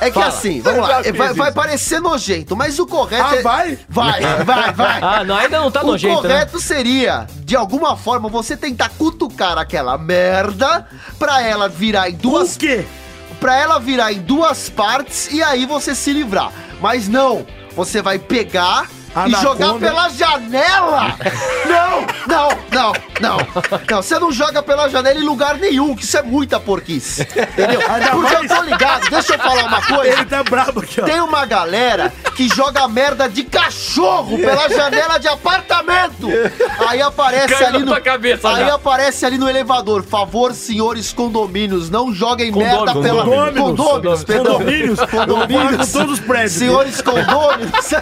C: É que assim, vamos lá,
B: Já fiz
C: vai, vai
B: isso.
C: parecer nojento, mas o correto
A: Ah,
C: é...
A: vai?
C: Vai, vai, vai.
E: Ah, não, ainda não tá
C: o
E: nojento, né?
C: correto seria, de alguma forma, você tentar cutucar aquela merda pra ela virar em duas...
A: O quê?
C: Pra ela virar em duas partes e aí você se livrar. Mas não, você vai pegar... E
A: Anaconda.
C: jogar pela janela! Não! Não, não, não. Não, você não joga pela janela em lugar nenhum, que isso é muita porquice. Entendeu?
A: Ainda
C: Porque eu
A: mais-
C: tô ligado, deixa eu falar uma coisa.
A: Ele tá brabo aqui, ó.
C: Tem uma galera que joga merda de cachorro pela janela de apartamento. Aí aparece
D: Caiu
C: ali
D: na
C: no
D: tua cabeça
C: Aí
D: já.
C: aparece ali no elevador. Favor, senhores condomínios, não joguem merda
D: Condôminos.
C: pela
A: Condôminos.
C: condomínios, perdão.
A: Condomínios. Eu vou falar com todos os prédios.
C: Senhores condôminos.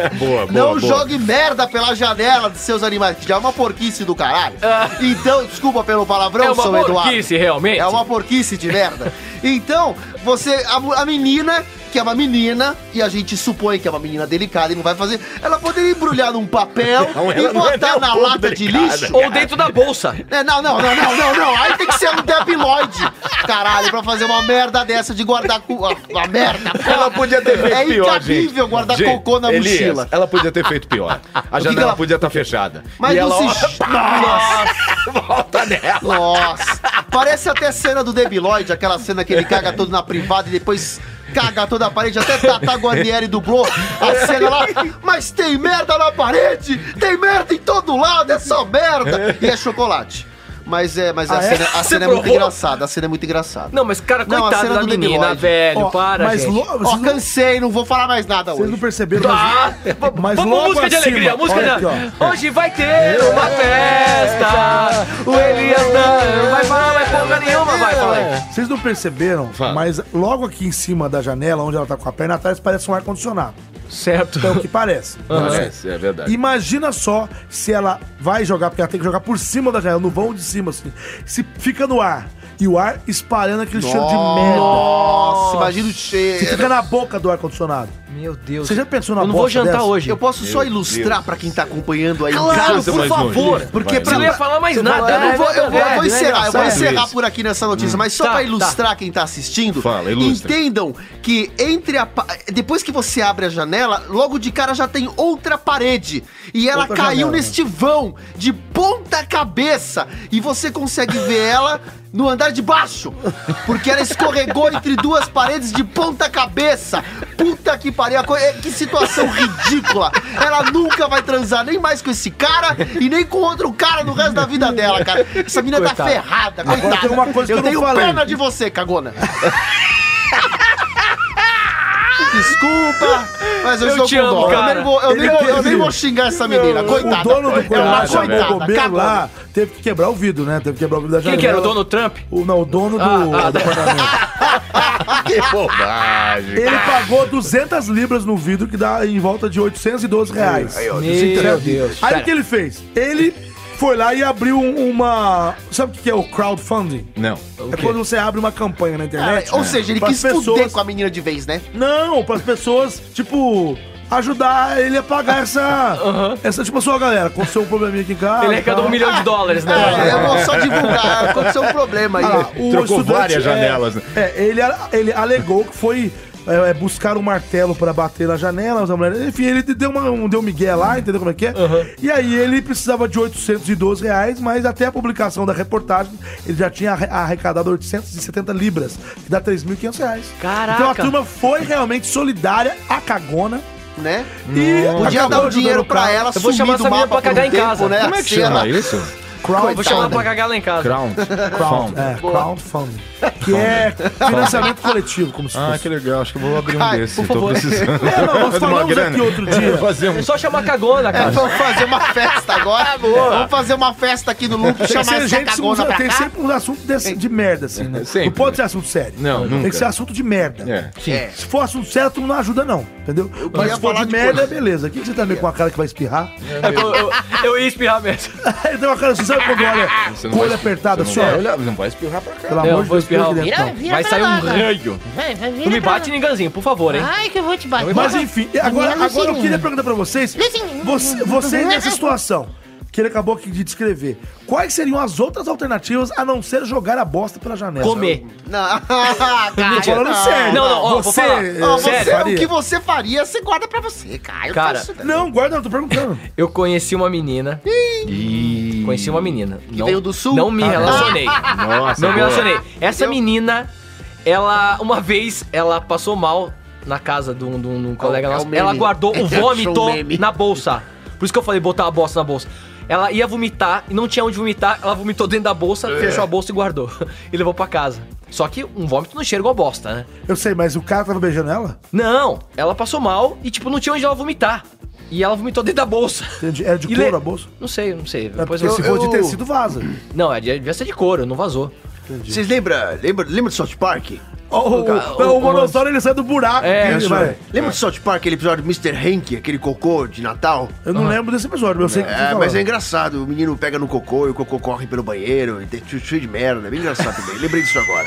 B: É.
I: Boa, boa,
C: Não
I: boa.
C: jogue merda pela janela dos seus animais, que já é uma porquice do caralho. Então, desculpa pelo palavrão,
D: É uma
C: São Eduardo.
D: porquice, realmente.
C: É uma porquice de merda. Então, você. A, mu- a menina, que é uma menina, e a gente supõe que é uma menina delicada e não vai fazer, ela poderia embrulhar num papel
I: Não,
C: e
I: ela não é nem
C: botar
I: um
C: na
I: pouco
C: lata
I: delicada,
C: de lixo.
E: Ou dentro da bolsa.
C: É, não, não, não, não, não, não. Aí tem que ser um debiloide, caralho, pra fazer uma merda dessa de guardar cu... a- Uma merda,
B: Ela podia ter feito
C: É
B: pior,
C: incabível
B: gente.
C: guardar
B: Gente,
C: cocô na
B: Elias,
C: mochila.
B: Ela podia ter feito pior. A
C: que
B: janela
C: que ela-
B: podia estar fechada.
C: Mas
B: e
C: não
B: ela
C: se. Nossa!
B: volta nela.
C: Nossa! Parece até cena do Debiloid, aquela cena que ele caga todo na privada e depois caga toda a parede, até Tata Guarnieri dublou a cena lá. Mas tem merda na parede! Tem merda em todo lado, é só merda! E é chocolate. Mas é, mas a,
A: Ah, é?
C: cena, a
E: Você
C: cena é muito
E: provou?
C: engraçada, a cena é muito engraçada.
E: Não, mas cara,
C: Não, a
E: coitado
C: cena
E: da
C: do
E: menina,
C: Debiloide.
E: velho.
A: Ó,
E: para,
A: mas
E: gente.
A: lo- vocês
C: Ó,
A: não-
C: cansei, não vou falar mais nada
A: Vocês
C: hoje.
A: não perceberam,
E: Ah,
A: mas, mas
E: vamos,
A: logo
E: música de
A: acima,
E: alegria, música de
A: olha aqui, ó. É.
E: alegria. Hoje vai ter uma festa. O Elias não vai falar mais porra nenhuma, vai falar. aí.
A: Vocês não perceberam,
B: Fala.
A: mas logo aqui em cima da janela, onde ela tá com a perna atrás, parece um ar-condicionado.
E: Certo.
A: É o que parece.
B: Parece, é verdade.
A: Imagina só se ela vai jogar, porque ela tem que jogar por cima da janela, no vão de cima, assim. Se fica no ar, e o ar espalhando aquele cheiro de merda.
C: Nossa, imagina o
A: Que
C: cheiro.
A: fica na boca do ar-condicionado.
E: Meu Deus.
A: Você já pensou na
E: Eu não vou
A: bosta
E: jantar
A: dessa?
E: hoje.
C: Eu posso só ilustrar pra quem tá acompanhando aí.
E: Claro,
C: Você
E: por
B: mais longe.
E: favor.
C: Porque é
B: Vai,
E: Você não ia falar mais nada.
C: Eu não
E: né?
C: vou, eu vou- eu
E: É,
C: vou
E: não é
C: encerrar, eu vou
E: engraçado
C: encerrar
E: isso.
C: por aqui nessa notícia, mas só
E: Tá,
C: pra ilustrar quem tá assistindo,
B: Fala, ilustra.
C: entendam que entre a pa- depois que você abre a janela, logo de cara já tem outra parede e ela
A: Outra
C: caiu
A: janela.
C: neste vão de ponta cabeça e você consegue ver ela no andar de baixo, porque ela escorregou entre duas paredes de ponta cabeça. Puta que pariu, a co- é- que situação ridícula. Ela nunca vai transar nem mais com esse cara e nem com outro cara no resto da vida dela, cara. Essa menina tá
E: Coitada.
C: ferrada, coitada.
A: tem uma coisa que eu não
C: tenho
A: falei.
C: pena de você, cagona. Desculpa, mas eu,
E: Eu
C: estou
E: te
C: com
E: amo,
C: dó. Eu
E: cara.
C: nem vou, eu nem
A: Ele
C: vou- eu
A: teve-
C: nem vou xingar essa menina, coitada.
A: O dono
C: é
A: do
C: uma
A: Guarujá, o
C: coitada,
A: bombeiro
C: cagona.
A: lá, teve que quebrar o vidro, né? Teve que quebrar o vidro da janela.
E: Quem que era? O Donald Trump?
A: O- não, o dono do,
E: Ah, ah,
A: do apartamento.
B: Que
C: Ah!
B: bobagem.
A: Ele pagou 200 libras no vidro, que dá em volta de 812 reais.
E: Meu Deus.
A: Aí o que ele fez? Ele foi lá e abriu um- uma. Sabe o que que é o crowdfunding?
B: Não.
A: É quando você abre uma campanha na
C: Cara,
A: internet.
C: Ou seja, ele
A: pras
C: quis fuder
A: né? pessoas-
C: com a menina de vez, né?
A: Não, para as pessoas, tipo, ajudar ele a pagar essa. Essa, tipo, a sua galera, aconteceu um probleminha aqui em casa.
E: Ele arrecadou
A: tal.
E: um milhão de dólares, né?
C: É, eu vou só divulgar, aconteceu um problema aí.
A: Ah, lá, o
B: Trocou
A: estudante,
B: várias
A: é,
B: janelas, né?
A: É, ele, a- ele alegou que foi é, é, buscar um martelo pra bater na janela, mas a mulher- enfim, ele deu, uma, um, deu um migué lá, entendeu como é que é? E aí ele precisava de 812 reais, mas até a publicação da reportagem ele já tinha arre- arrecadado 870 libras, que dá 3.500 reais.
E: Caraca.
A: Então a turma foi realmente solidária, a cagona,
C: Né?
A: e
C: Podia
A: acabou
C: dar o
A: ajudando
C: dinheiro
A: o cara.
C: pra ela,
E: Eu vou chamar
C: sumir do
E: essa menina
C: mapa
E: pra
C: por
E: cagar
C: um
E: em casa.
C: Né?
B: Como é que chama isso?
E: Eu vou chamar pra cagar lá em casa.
B: Crown.
A: Crowd, é, crowdfunding, que é financiamento coletivo, como se
B: Ah,
A: fosse.
B: que legal. Acho que eu vou abrir um
C: Ai,
B: desses.
C: Ah, por
B: Tô
C: favor.
B: precisando.
A: É, não, nós
B: de uma
A: falamos
B: grana.
A: aqui outro dia.
B: Fazer um
E: É só chamar cagona,
C: É,
E: cara.
C: vamos fazer uma festa agora. Vamos fazer uma festa aqui no Lupo,
A: Tem que
C: chamar
A: ser
C: essa
A: gente que se
C: cagona
A: usa,
C: pra
A: tem
C: cá.
A: sempre um assunto desse- de merda, assim, né?
B: Sempre,
A: não pode
B: né?
A: ser assunto sério.
B: Não,
A: Tem
B: nunca.
A: que ser assunto de merda.
B: É.
C: É.
A: Se for assunto sério, tu não ajuda, não, entendeu? Mas
C: ia
A: se for
C: falar
A: de
C: de
A: merda,
C: coisa.
A: beleza. O que que você tá meio com a cara que vai espirrar?
E: Eu, eu- eu ia espirrar mesmo.
A: Ele tem uma cara assim, sabe quando olha,
B: Você não
A: com o olho
B: vai-
A: apertado,
B: você
A: assim,
B: não vai
A: ó.
B: olhar, Não vai espirrar pra cá.
A: Pelo
E: eu
A: amor de
E: vou
A: Deus,
E: espirrar
A: cuida
E: o-
A: dele,
F: Vira,
A: então.
F: vira
E: Vai
F: pra
E: sair um
F: lá, vai.
E: ranho.
F: Vai, vai, vira
E: Não me
F: pra
E: bate
F: lá. Ah.
E: ninguém, por favor, hein?
F: Ai, que eu vou te bater.
A: Mas enfim, agora,
F: Lucinha.
A: agora eu queria perguntar pra vocês,
F: Lucinha.
A: você, você nessa situação que ele acabou aqui de descrever, quais seriam as outras alternativas a não ser jogar a bosta pela janela?
E: Comer.
C: Não, Ah, cara,
A: Falando sério.
E: Não, não, ó, vou
A: você,
E: falar.
C: Ah, Ó,
A: eh,
C: você, é
A: faria?
C: o que você faria, você guarda pra você, cara. Eu
E: Cara,
C: faço né? isso,
A: Não, guarda, eu tô perguntando.
E: Eu conheci uma menina. Conheci uma menina. não,
C: veio do sul? Ah, tá.
E: Não me relacionei.
B: Nossa,
E: não me
B: boa.
E: relacionei. Essa
C: Entendeu?
E: menina, ela, uma vez, ela passou mal na casa de um, de um- de um colega
C: é o
E: nosso.
C: meme.
E: ela guardou
C: É
E: o
C: que achou
E: vômito
C: um meme.
E: na bolsa. Por isso que eu falei botar a bosta na bolsa. Ela ia vomitar e não tinha onde vomitar, ela vomitou dentro da bolsa,
C: É.
E: fechou a bolsa e guardou. E levou pra casa. Só que um vômito não cheira igual bosta, né?
A: Eu sei, mas o cara tava beijando ela?
E: Não, ela passou mal e, tipo, não tinha onde ela vomitar. E ela vomitou dentro da bolsa.
A: Entendi. Era de
E: E
A: couro
E: le-
A: a bolsa?
E: Não sei, não sei.
A: É porque se for de tecido, vaza.
E: Não, é, devia ser de couro, não vazou.
C: Vocês lembram lembra, lembra de South Park?
A: O, o, o, o monossauro ele sai do buraco.
C: É,
A: ele
C: isso
A: vai.
C: é. Lembra de South Park, aquele episódio do Mr. Hank, aquele cocô de Natal?
A: Eu não lembro desse episódio, mas eu sei que
C: É, mas é engraçado. O menino pega no cocô e o cocô corre pelo banheiro e tem cheio de merda. É bem engraçado também. Lembrei disso agora.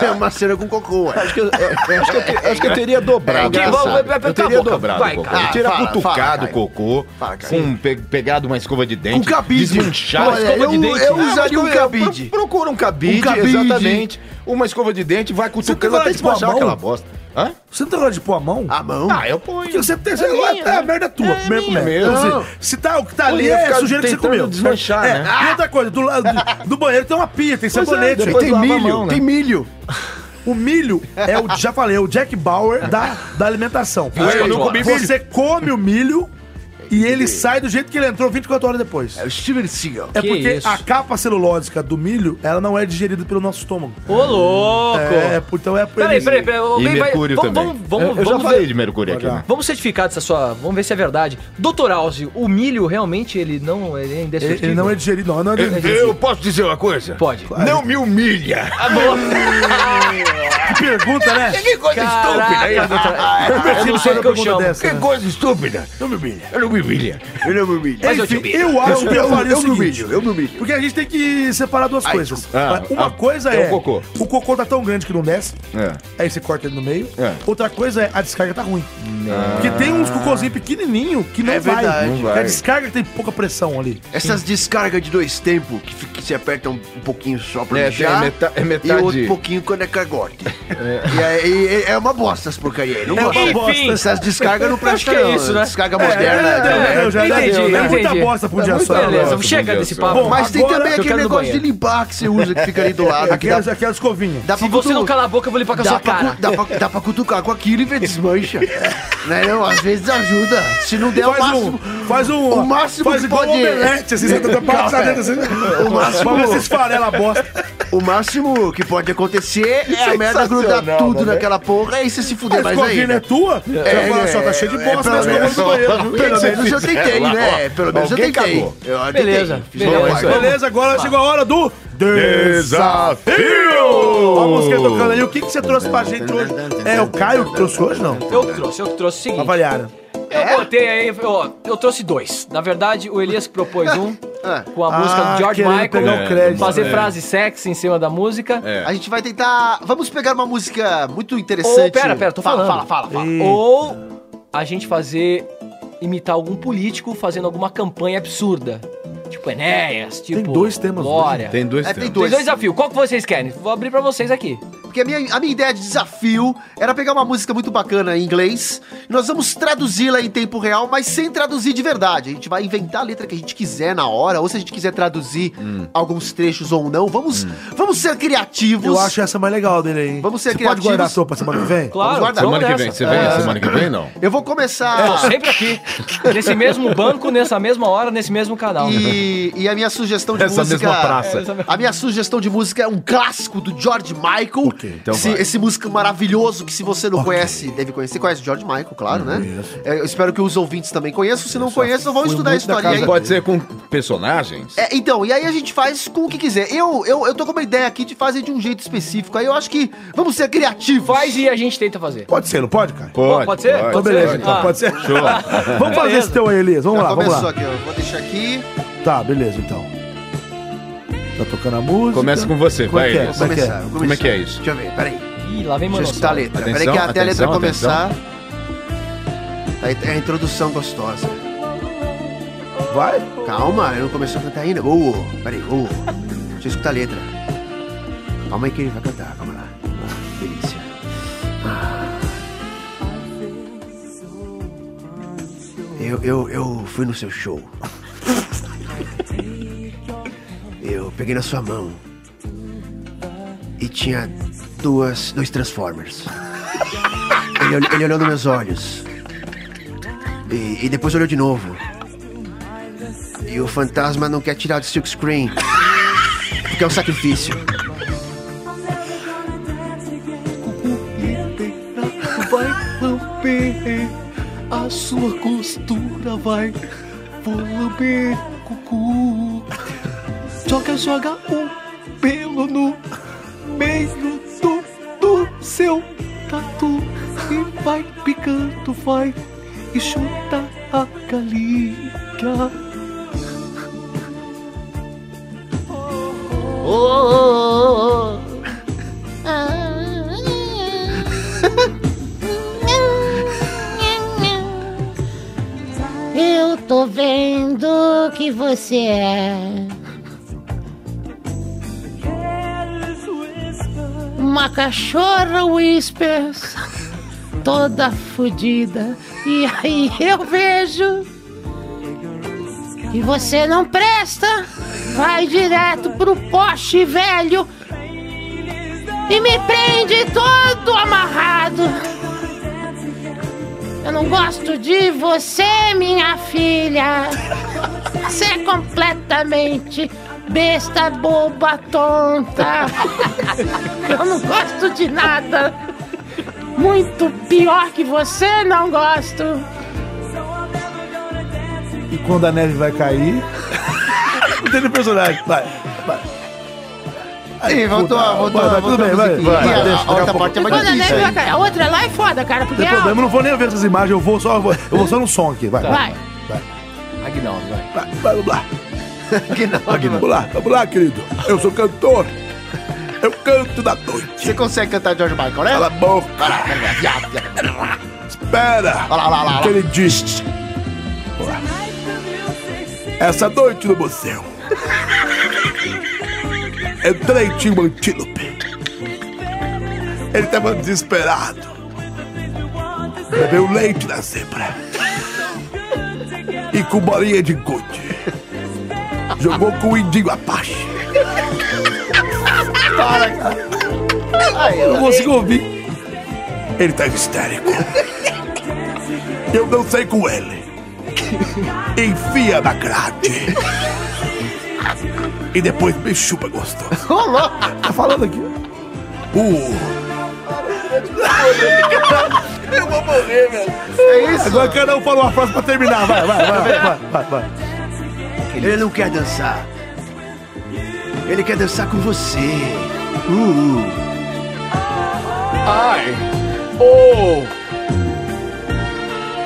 C: É, é uma cena com cocô, ué.
B: Acho que, eu, eu- acho que eu te- acho que eu teria dobrado.
C: É engraçado.
B: eu teria
C: Cala a boca,
B: dobrado
E: um
C: vai,
B: o cocô.
C: cara.
B: Eu teria
C: Fala, fala,
B: cutucado
C: Caio.
B: o cocô,
C: Fala, Caio.
B: com, pe- pegado uma escova de dente,
C: Um cabide.
B: desmanchado.
C: Olha,
B: escova de
C: eu-
B: dente.
C: eu
B: Ah, mas
C: usaria um
B: como é?
C: cabide.
B: Pro- Procura um cabide,
C: Um cabide.
B: exatamente. Uma escova de dente, vai cutucando
A: falando
B: até
A: de pôr a
B: desmanchar
A: mão?
B: aquela bosta. Hã?
A: Você não tem hora de pôr a mão?
C: A mão?
B: Ah, eu ponho.
A: Que você tem, você é, a merda é tua, primeiro começa.
B: minha.
A: Então,
B: Não.
A: assim, se tá o que tá
B: Eu
A: ali
B: ia
A: é
B: ficar
A: sujeira que você
B: tentando
A: comeu.
B: desmanchar,
A: é.
B: né?
A: E outra coisa, do lado do, do banheiro tem uma pia, tem
B: é,
A: sabonete.
B: depois
A: tem
B: lava a
A: milho,
B: mão, né?
A: tem milho. O milho é o, já falei, é o Jack Bauer da, da alimentação.
B: Ué, eu não comi milho.
A: Você come o milho e ele sai do jeito que ele entrou 24 horas depois.
C: É o Steven Seagal.
A: É
E: Que
A: porque
E: isso?
A: a capa celulósica do milho, ela não é digerida pelo nosso estômago.
E: Ô, louco!
A: É, é, então é por É,
E: Peraí,
A: ele-
E: peraí, peraí.
B: E
E: alguém vai-
B: mercúrio
E: vamos-
B: também.
E: Vamos, vamos,
B: eu já
E: vamos
B: falei
E: ver-
B: de mercúrio aqui. né?
E: Vamos certificar dessa sua. Vamos ver se é verdade. Doutor Alzi, o milho realmente ele não ele é
A: Ele,
E: indestrutível.
A: ele não é digerido, não. não é digerido.
I: Eu posso dizer uma coisa?
E: Pode.
I: Não me humilha.
A: Que pergunta, né?
I: Que coisa
E: Caraca,
I: estúpida.
E: doutor- eu
A: Cara,
E: não sei o que eu
A: pergunta
E: chamo.
A: dessa,
I: Que
A: né?
I: coisa estúpida.
A: Não me humilha.
I: Eu não me humilha.
C: Eu não me humilho.
E: Mas eu te
A: Enfim,
E: humilho.
A: eu, acho que eu faria o
C: eu me
A: seguinte.
C: humilho, eu me humilho.
A: Porque a gente tem que separar duas coisas.
B: Ah,
A: Uma
B: ah,
A: coisa
B: é o
A: é.
B: cocô.
A: o cocô tá tão grande que não desce.
B: É.
A: Aí você corta ele no meio.
B: É.
A: Outra coisa é a descarga tá ruim. Porque tem uns cocôzinhos pequenininho que não
C: É
A: vai.
C: verdade.
B: Não vai.
A: É a descarga que tem pouca pressão ali.
C: Essas descargas de dois tempos, que, fica- que se aperta um, um pouquinho só pra
B: É,
C: mijar,
B: tem meta- é
C: e
B: metade-
C: outro pouquinho quando é cagote. E aí é, é uma bosta essas porcaria aí. Não
A: É uma
C: gosto.
A: bosta.
C: Essas descargas não prestam
E: que é
C: não.
E: isso, né?
C: Descarga
A: É,
C: moderna.
A: já deu, já deu, já
E: Entendi,
A: deu, né? É muita
E: entendi. Tá
A: bosta pro
B: É
A: dia
B: muita
A: só. né?
B: bosta.
E: Beleza,
B: Nossa,
E: chega
B: meu
E: desse
B: Deus.
E: papo.
A: Bom,
C: Mas tem
A: Agora
C: também
A: que eu
C: aquele
E: quero no
C: negócio de
E: banheiro. É,
C: limpar que você usa, que fica ali do
B: tá-
C: lado. que
A: Aquelas,
C: dá,
A: aquelas escovinhas.
C: dá
E: Se
C: pra
E: você não
C: cutu-
E: calar a boca, eu vou limpar com a
C: dá
E: sua
C: pra
E: cara.
C: cu- Dá pra, dá pra cutucar com aquilo e ver desmancha. né? não, às vezes ajuda. Se não der É o
A: Faz um,
C: máximo.
A: faz um.
C: o máximo
A: faz
C: que
A: igual
C: pode-
A: um omelete, assim, você tenta passar dentro assim.
C: O máximo-
A: Pra ver se esfarela a bosta.
C: O máximo que pode acontecer é a merda grudar
B: Sensacional,
C: tudo
B: né?
C: naquela porra e você se
A: A
C: fuder mais
A: escovinha
C: ainda.
A: é tua?
C: É,
A: Você fala, só tá cheio de bosta,
C: é,
A: mas
C: pelo
A: escova do banheiro. É,
C: menos- Pelo menos eu tentei, né? Pelo menos eu
B: Alguém
C: tentei.
B: cagou.
C: Eu tentei.
E: Beleza,
C: Fiz uma
E: beleza.
C: parte.
A: Beleza, agora chegou a hora do
I: Desafio!
A: Ó a música tocando aí. O que, que você trouxe pra gente hoje? É o Caio que trouxe hoje, não?
E: Eu que trouxe, eu que trouxe o seguinte.
A: Avaliaram.
C: É?
E: Eu botei aí, ó, eu trouxe dois. Na verdade, o Elias que propôs um com a música
A: Ah,
E: do George
A: querendo
E: Michael.
A: pegar o crédito.
E: fazer
B: É.
E: frase sexy em cima da música.
B: É.
C: A gente vai tentar. Vamos pegar uma música muito interessante.
E: Ou, pera, pera, tô
C: Fala,
E: falando.
C: Fala, fala, fala.
A: Ih.
E: Ou a gente fazer, imitar algum político fazendo alguma campanha absurda. Tipo Enéas, tipo...
A: dois temas
E: Glória.
B: Tem dois
C: É,
B: tempos.
C: tem
E: Tem
C: dois.
E: dois desafios. Qual que vocês querem? Vou abrir pra vocês aqui.
C: Porque a minha, a minha ideia de desafio era pegar uma música muito bacana em inglês. Nós vamos traduzi-la em tempo real, mas sem traduzir de verdade. A gente vai inventar a letra que a gente quiser na hora, ou se a gente quiser traduzir
A: Hum.
C: alguns trechos ou não. Vamos, vamos ser criativos.
A: Eu acho essa mais legal dele aí.
C: Vamos ser
A: Você pode
C: criativos.
A: guardar a sopa semana que vem?
E: Claro,
C: guardar.
E: Tá, vamos
B: Semana que vem.
E: nessa. É.
B: Você vem a semana que vem, não?
C: Eu vou
A: É,
C: começar.
E: Tô sempre aqui. nesse mesmo banco, nessa mesma hora, nesse mesmo canal.
C: E, e a minha sugestão de
B: Essa
C: música.
B: mesma praça.
E: É, essa mesma-
C: A minha sugestão de música é um clássico do George Michael.
B: então
C: esse,
B: vai.
C: esse músico maravilhoso que, se você não conhece, deve conhecer. Você conhece o George Michael, claro, né? É, eu espero que os ouvintes também conheçam. Se não conheçam, vão estudar a
A: muito da
C: história.
A: casa
C: aí.
B: Pode ser com personagens?
C: É, então, e aí a gente faz com o que quiser. Eu, eu, eu tô com uma ideia aqui de fazer de um jeito específico. Aí eu acho que vamos ser criativos.
E: Faz e a gente tenta fazer.
A: Pode ser, não pode, Caio?
E: Pode, ser?
A: Então beleza,
E: ser?
A: então,
E: Ah.
A: pode ser.
B: Show.
A: Vamos fazer esse teu aí, Elias. Vamos
C: Já
A: lá, vamos
C: começou
A: lá.
C: aqui, ó. Vou deixar aqui.
A: Tá, beleza, então. Tá tocando a música.
B: Começa com você,
A: Como é
B: vai,
A: que é?
B: Elias.
A: Como é que é?
C: vou
B: Como é
C: começar.
B: que é isso?
C: Deixa eu ver, peraí.
E: Ih, lá vem
C: Deixa eu
E: mano.
C: escutar a letra.
B: Atenção,
C: Peraí que até a letra
B: atenção,
C: começar. Aí tem a introdução gostosa.
A: Vai.
C: Calma, eu não comecei a cantar ainda. Uou, peraí, uou. Deixa eu escutar a letra. Calma aí que ele vai cantar, calma lá. Ah, que delícia. Ah. Eu, eu, eu fui no seu show. Eu peguei na sua mão. E tinha duas, dois Transformers. Ele, ol- ele olhou nos meus olhos. E, e depois olhou de novo. E o fantasma não quer tirar do silk screen. Porque é um sacrifício.
J: Vai lamber, a sua costura vai. Vou lamber, cucu. Joga, joga um pelo no meio do, do seu tatu. E vai picando, vai. E chuta a galinha.
F: Oh, oh, oh, oh. Eu tô vendo que você é uma cachorra whispers toda fodida e aí eu vejo e você não presta, vai direto pro poste velho e me prende todo amarrado. Eu não gosto de você, minha filha. Você é completamente besta, boba, tonta. Eu não gosto de nada. Muito pior que você, não gosto.
A: E quando a neve vai cair. Entende o personagem? Vai, vai.
C: Ih, voltou,
A: puta,
C: voltou,
A: vai, vai,
C: voltou
A: tudo bem,
C: a
A: vai,
C: musiquinha.
A: vai,
C: Ih, a-
A: deixa,
C: a
A: daqui
C: outra
A: pouco.
C: parte é mais
F: Quando a neve
C: difícil,
F: vai cair. A outra lá é foda, cara, porque
A: Tem
F: é
A: problema, eu não vou nem ver essas imagens, eu vou só. Eu vou, eu vou só no som aqui, vai.
B: Tá.
F: Vai.
E: Agnaldo, vai.
A: Vai, vai, vamos lá. Vamos lá, vamos lá, querido. Eu sou cantor. Eu canto da noite.
C: Você consegue cantar George Michael, né?
A: Cala a boca. Espera.
C: Olha lá, olha lá, olha lá.
A: Que ele diz. Olá. Essa noite no museu. Entrei em um antílope. Ele tava desesperado. Bebeu leite da zebra. E com bolinha de gude. Jogou com o indingo apache. Eu não consigo ouvir. Ele tá histérico. Eu não sei com ele. Enfia na grade. E depois me chupa gostoso. Tá falando aqui. Uh,
C: É isso?
A: agora cada um fala uma frase pra terminar. Vai, vai, vai, vai, vai, vai.
C: Ele não quer dançar. Ele quer dançar com você. Uh,
D: Ai! Oh!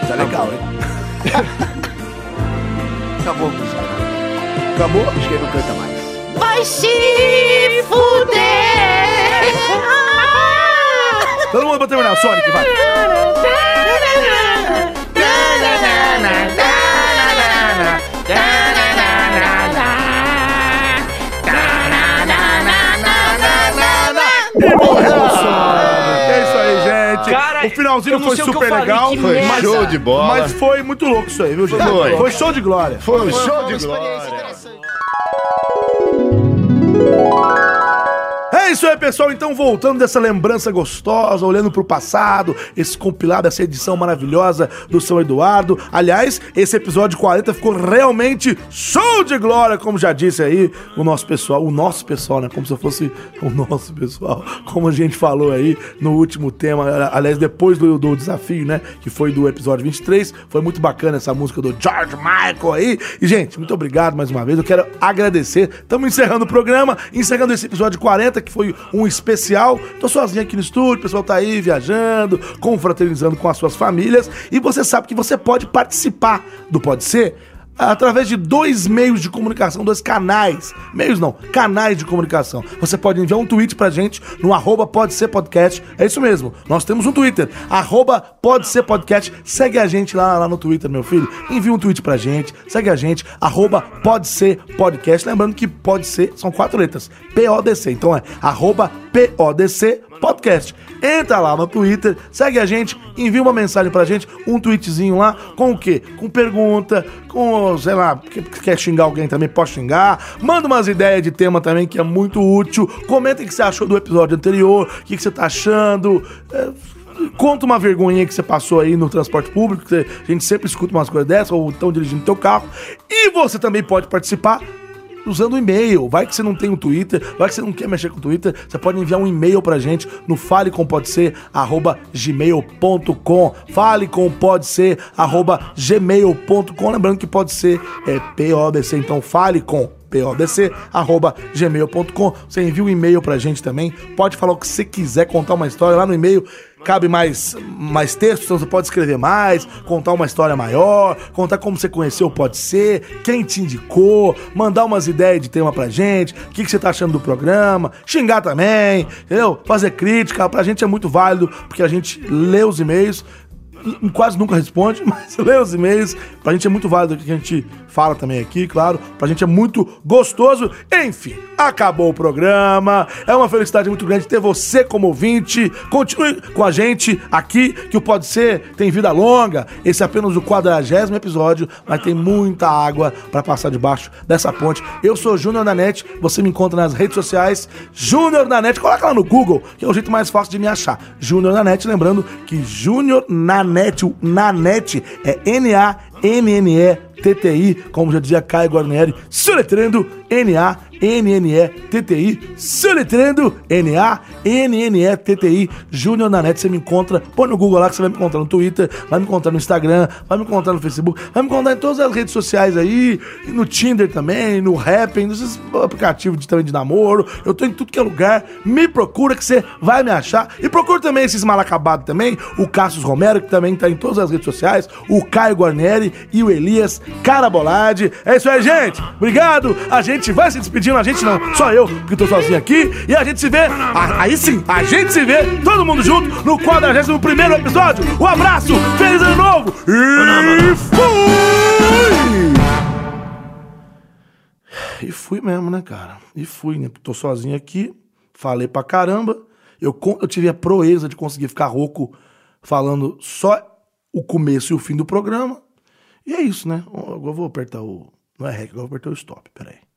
A: Tá legal, hein?
C: acabou, pessoal.
A: Acabou?
C: Acho que ele não canta mais.
F: Vai se fuder!
A: Todo mundo pra terminar. Sonic, vai. É isso aí, gente.
E: Cara,
A: o finalzinho
E: eu não
A: foi
E: sei o que
A: super
E: eu falei,
A: legal.
E: que
A: Foi
I: merda. Show de bola.
A: Mas foi muito louco isso aí, viu, gente?
I: Foi.
A: Foi show de glória.
I: Foi um show
C: Uma
I: de
C: experiência
I: glória.
C: interessante.
A: É isso aí, pessoal. Então, voltando dessa lembrança gostosa, olhando pro passado, esse compilado, essa edição maravilhosa do São Eduardo. Aliás, esse episódio 40 ficou realmente show de glória, como já disse aí o nosso pessoal. O nosso pessoal, né? Como se eu fosse o nosso pessoal. Como a gente falou aí no último tema, aliás, depois do, do desafio, né? Que foi do episódio 23. Foi muito bacana essa música do George Michael aí. E, gente, muito obrigado mais uma vez. Eu quero agradecer. Estamos encerrando o programa, encerrando esse episódio 40, que foi um especial. Tô sozinho aqui no estúdio, o pessoal tá aí viajando, confraternizando com as suas famílias. E você sabe que você pode participar do Pode Ser através de dois meios de comunicação, dois canais. Meios não, canais de comunicação. Você pode enviar um tweet pra gente no arroba pode ser podcast. É isso mesmo. Nós temos um Twitter, arroba pode ser podcast. Segue a gente lá, lá no Twitter, meu filho. Envia um tweet pra gente, segue a gente, arroba pode ser podcast. Lembrando que pode ser, são quatro letras, P-O-D-C. Então é arroba P-O-D-C podcast. Entra lá no Twitter, segue a gente, envia uma mensagem pra gente, um tweetzinho lá, com o quê? Com pergunta, com, sei lá, que- que quer xingar alguém também, pode xingar. Manda umas ideias de tema também, que é muito útil. Comenta o que você achou do episódio anterior, o que que você tá achando. É, conta uma vergonhinha que você passou aí no transporte público, que você- a gente sempre escuta umas coisas dessas, ou estão dirigindo teu carro. E você também pode participar usando o e-mail. Vai que você não tem o Twitter, vai que você não quer mexer com o Twitter, você pode enviar um e-mail pra gente no falecompodser@gmail.com. falecompodser@gmail.com, lembrando que pode ser é P O B C, então fale com podc.gmail.com. Você envia um e-mail pra gente também. Pode falar o que você quiser, contar uma história lá no e-mail. Cabe mais, mais texto, então você pode escrever mais, contar uma história maior, contar como você conheceu o Pode Ser, quem te indicou, mandar umas ideias de tema pra gente, o que, que você tá achando do programa, xingar também, entendeu? Fazer crítica, pra gente é muito válido, porque a gente lê os e-mails, N- quase nunca responde, mas lê os e-mails. Pra gente é muito válido o que a gente fala também aqui, claro. Pra gente é muito gostoso. Enfim, acabou o programa. É uma felicidade muito grande ter você como ouvinte. Continue com a gente aqui, que o Pode Ser tem vida longa. Esse é apenas o quadragésimo episódio, mas tem muita água pra passar debaixo dessa ponte. Eu sou o Júnior da Net, você me encontra nas redes sociais. Júnior da Net, coloca lá no Google, que é o jeito mais fácil de me achar. Júnior na Net, lembrando que Júnior na Net, o na Net é N-A-N-N-E-T-T-I, como já dizia Caio Guarnieri, soletrando N-A-N-N-E-T-T-I, soletrando N-A-N-N-E-T-T-I, Júnior na Net, você me encontra, põe no Google lá que você vai me encontrar no Twitter, vai me encontrar no Instagram, vai me encontrar no Facebook, vai me encontrar em todas as redes sociais aí, e no Tinder também, no Happn, nesses aplicativos de, também de namoro, eu tô em tudo que é lugar, me procura que você vai me achar, e procura também esses mal acabados também, o Cassius Romero, que também tá em todas as redes sociais, o Caio Guarnieri e o Elias Carabolade, é isso aí gente, obrigado, a gente vai se despedindo, a gente não, só eu que tô sozinho aqui, e a gente se vê, a- aí sim, a gente se vê, todo mundo junto, no 41 primeiro episódio, um abraço, feliz ano novo, e fui! E fui mesmo, né, cara? E fui, né? Tô sozinho aqui, falei pra caramba. Eu, con- eu tive a proeza de conseguir ficar rouco falando só o começo e o fim do programa. E é isso, né? Ó, Agora eu vou apertar o. Não é REC, agora eu vou apertar o stop, peraí.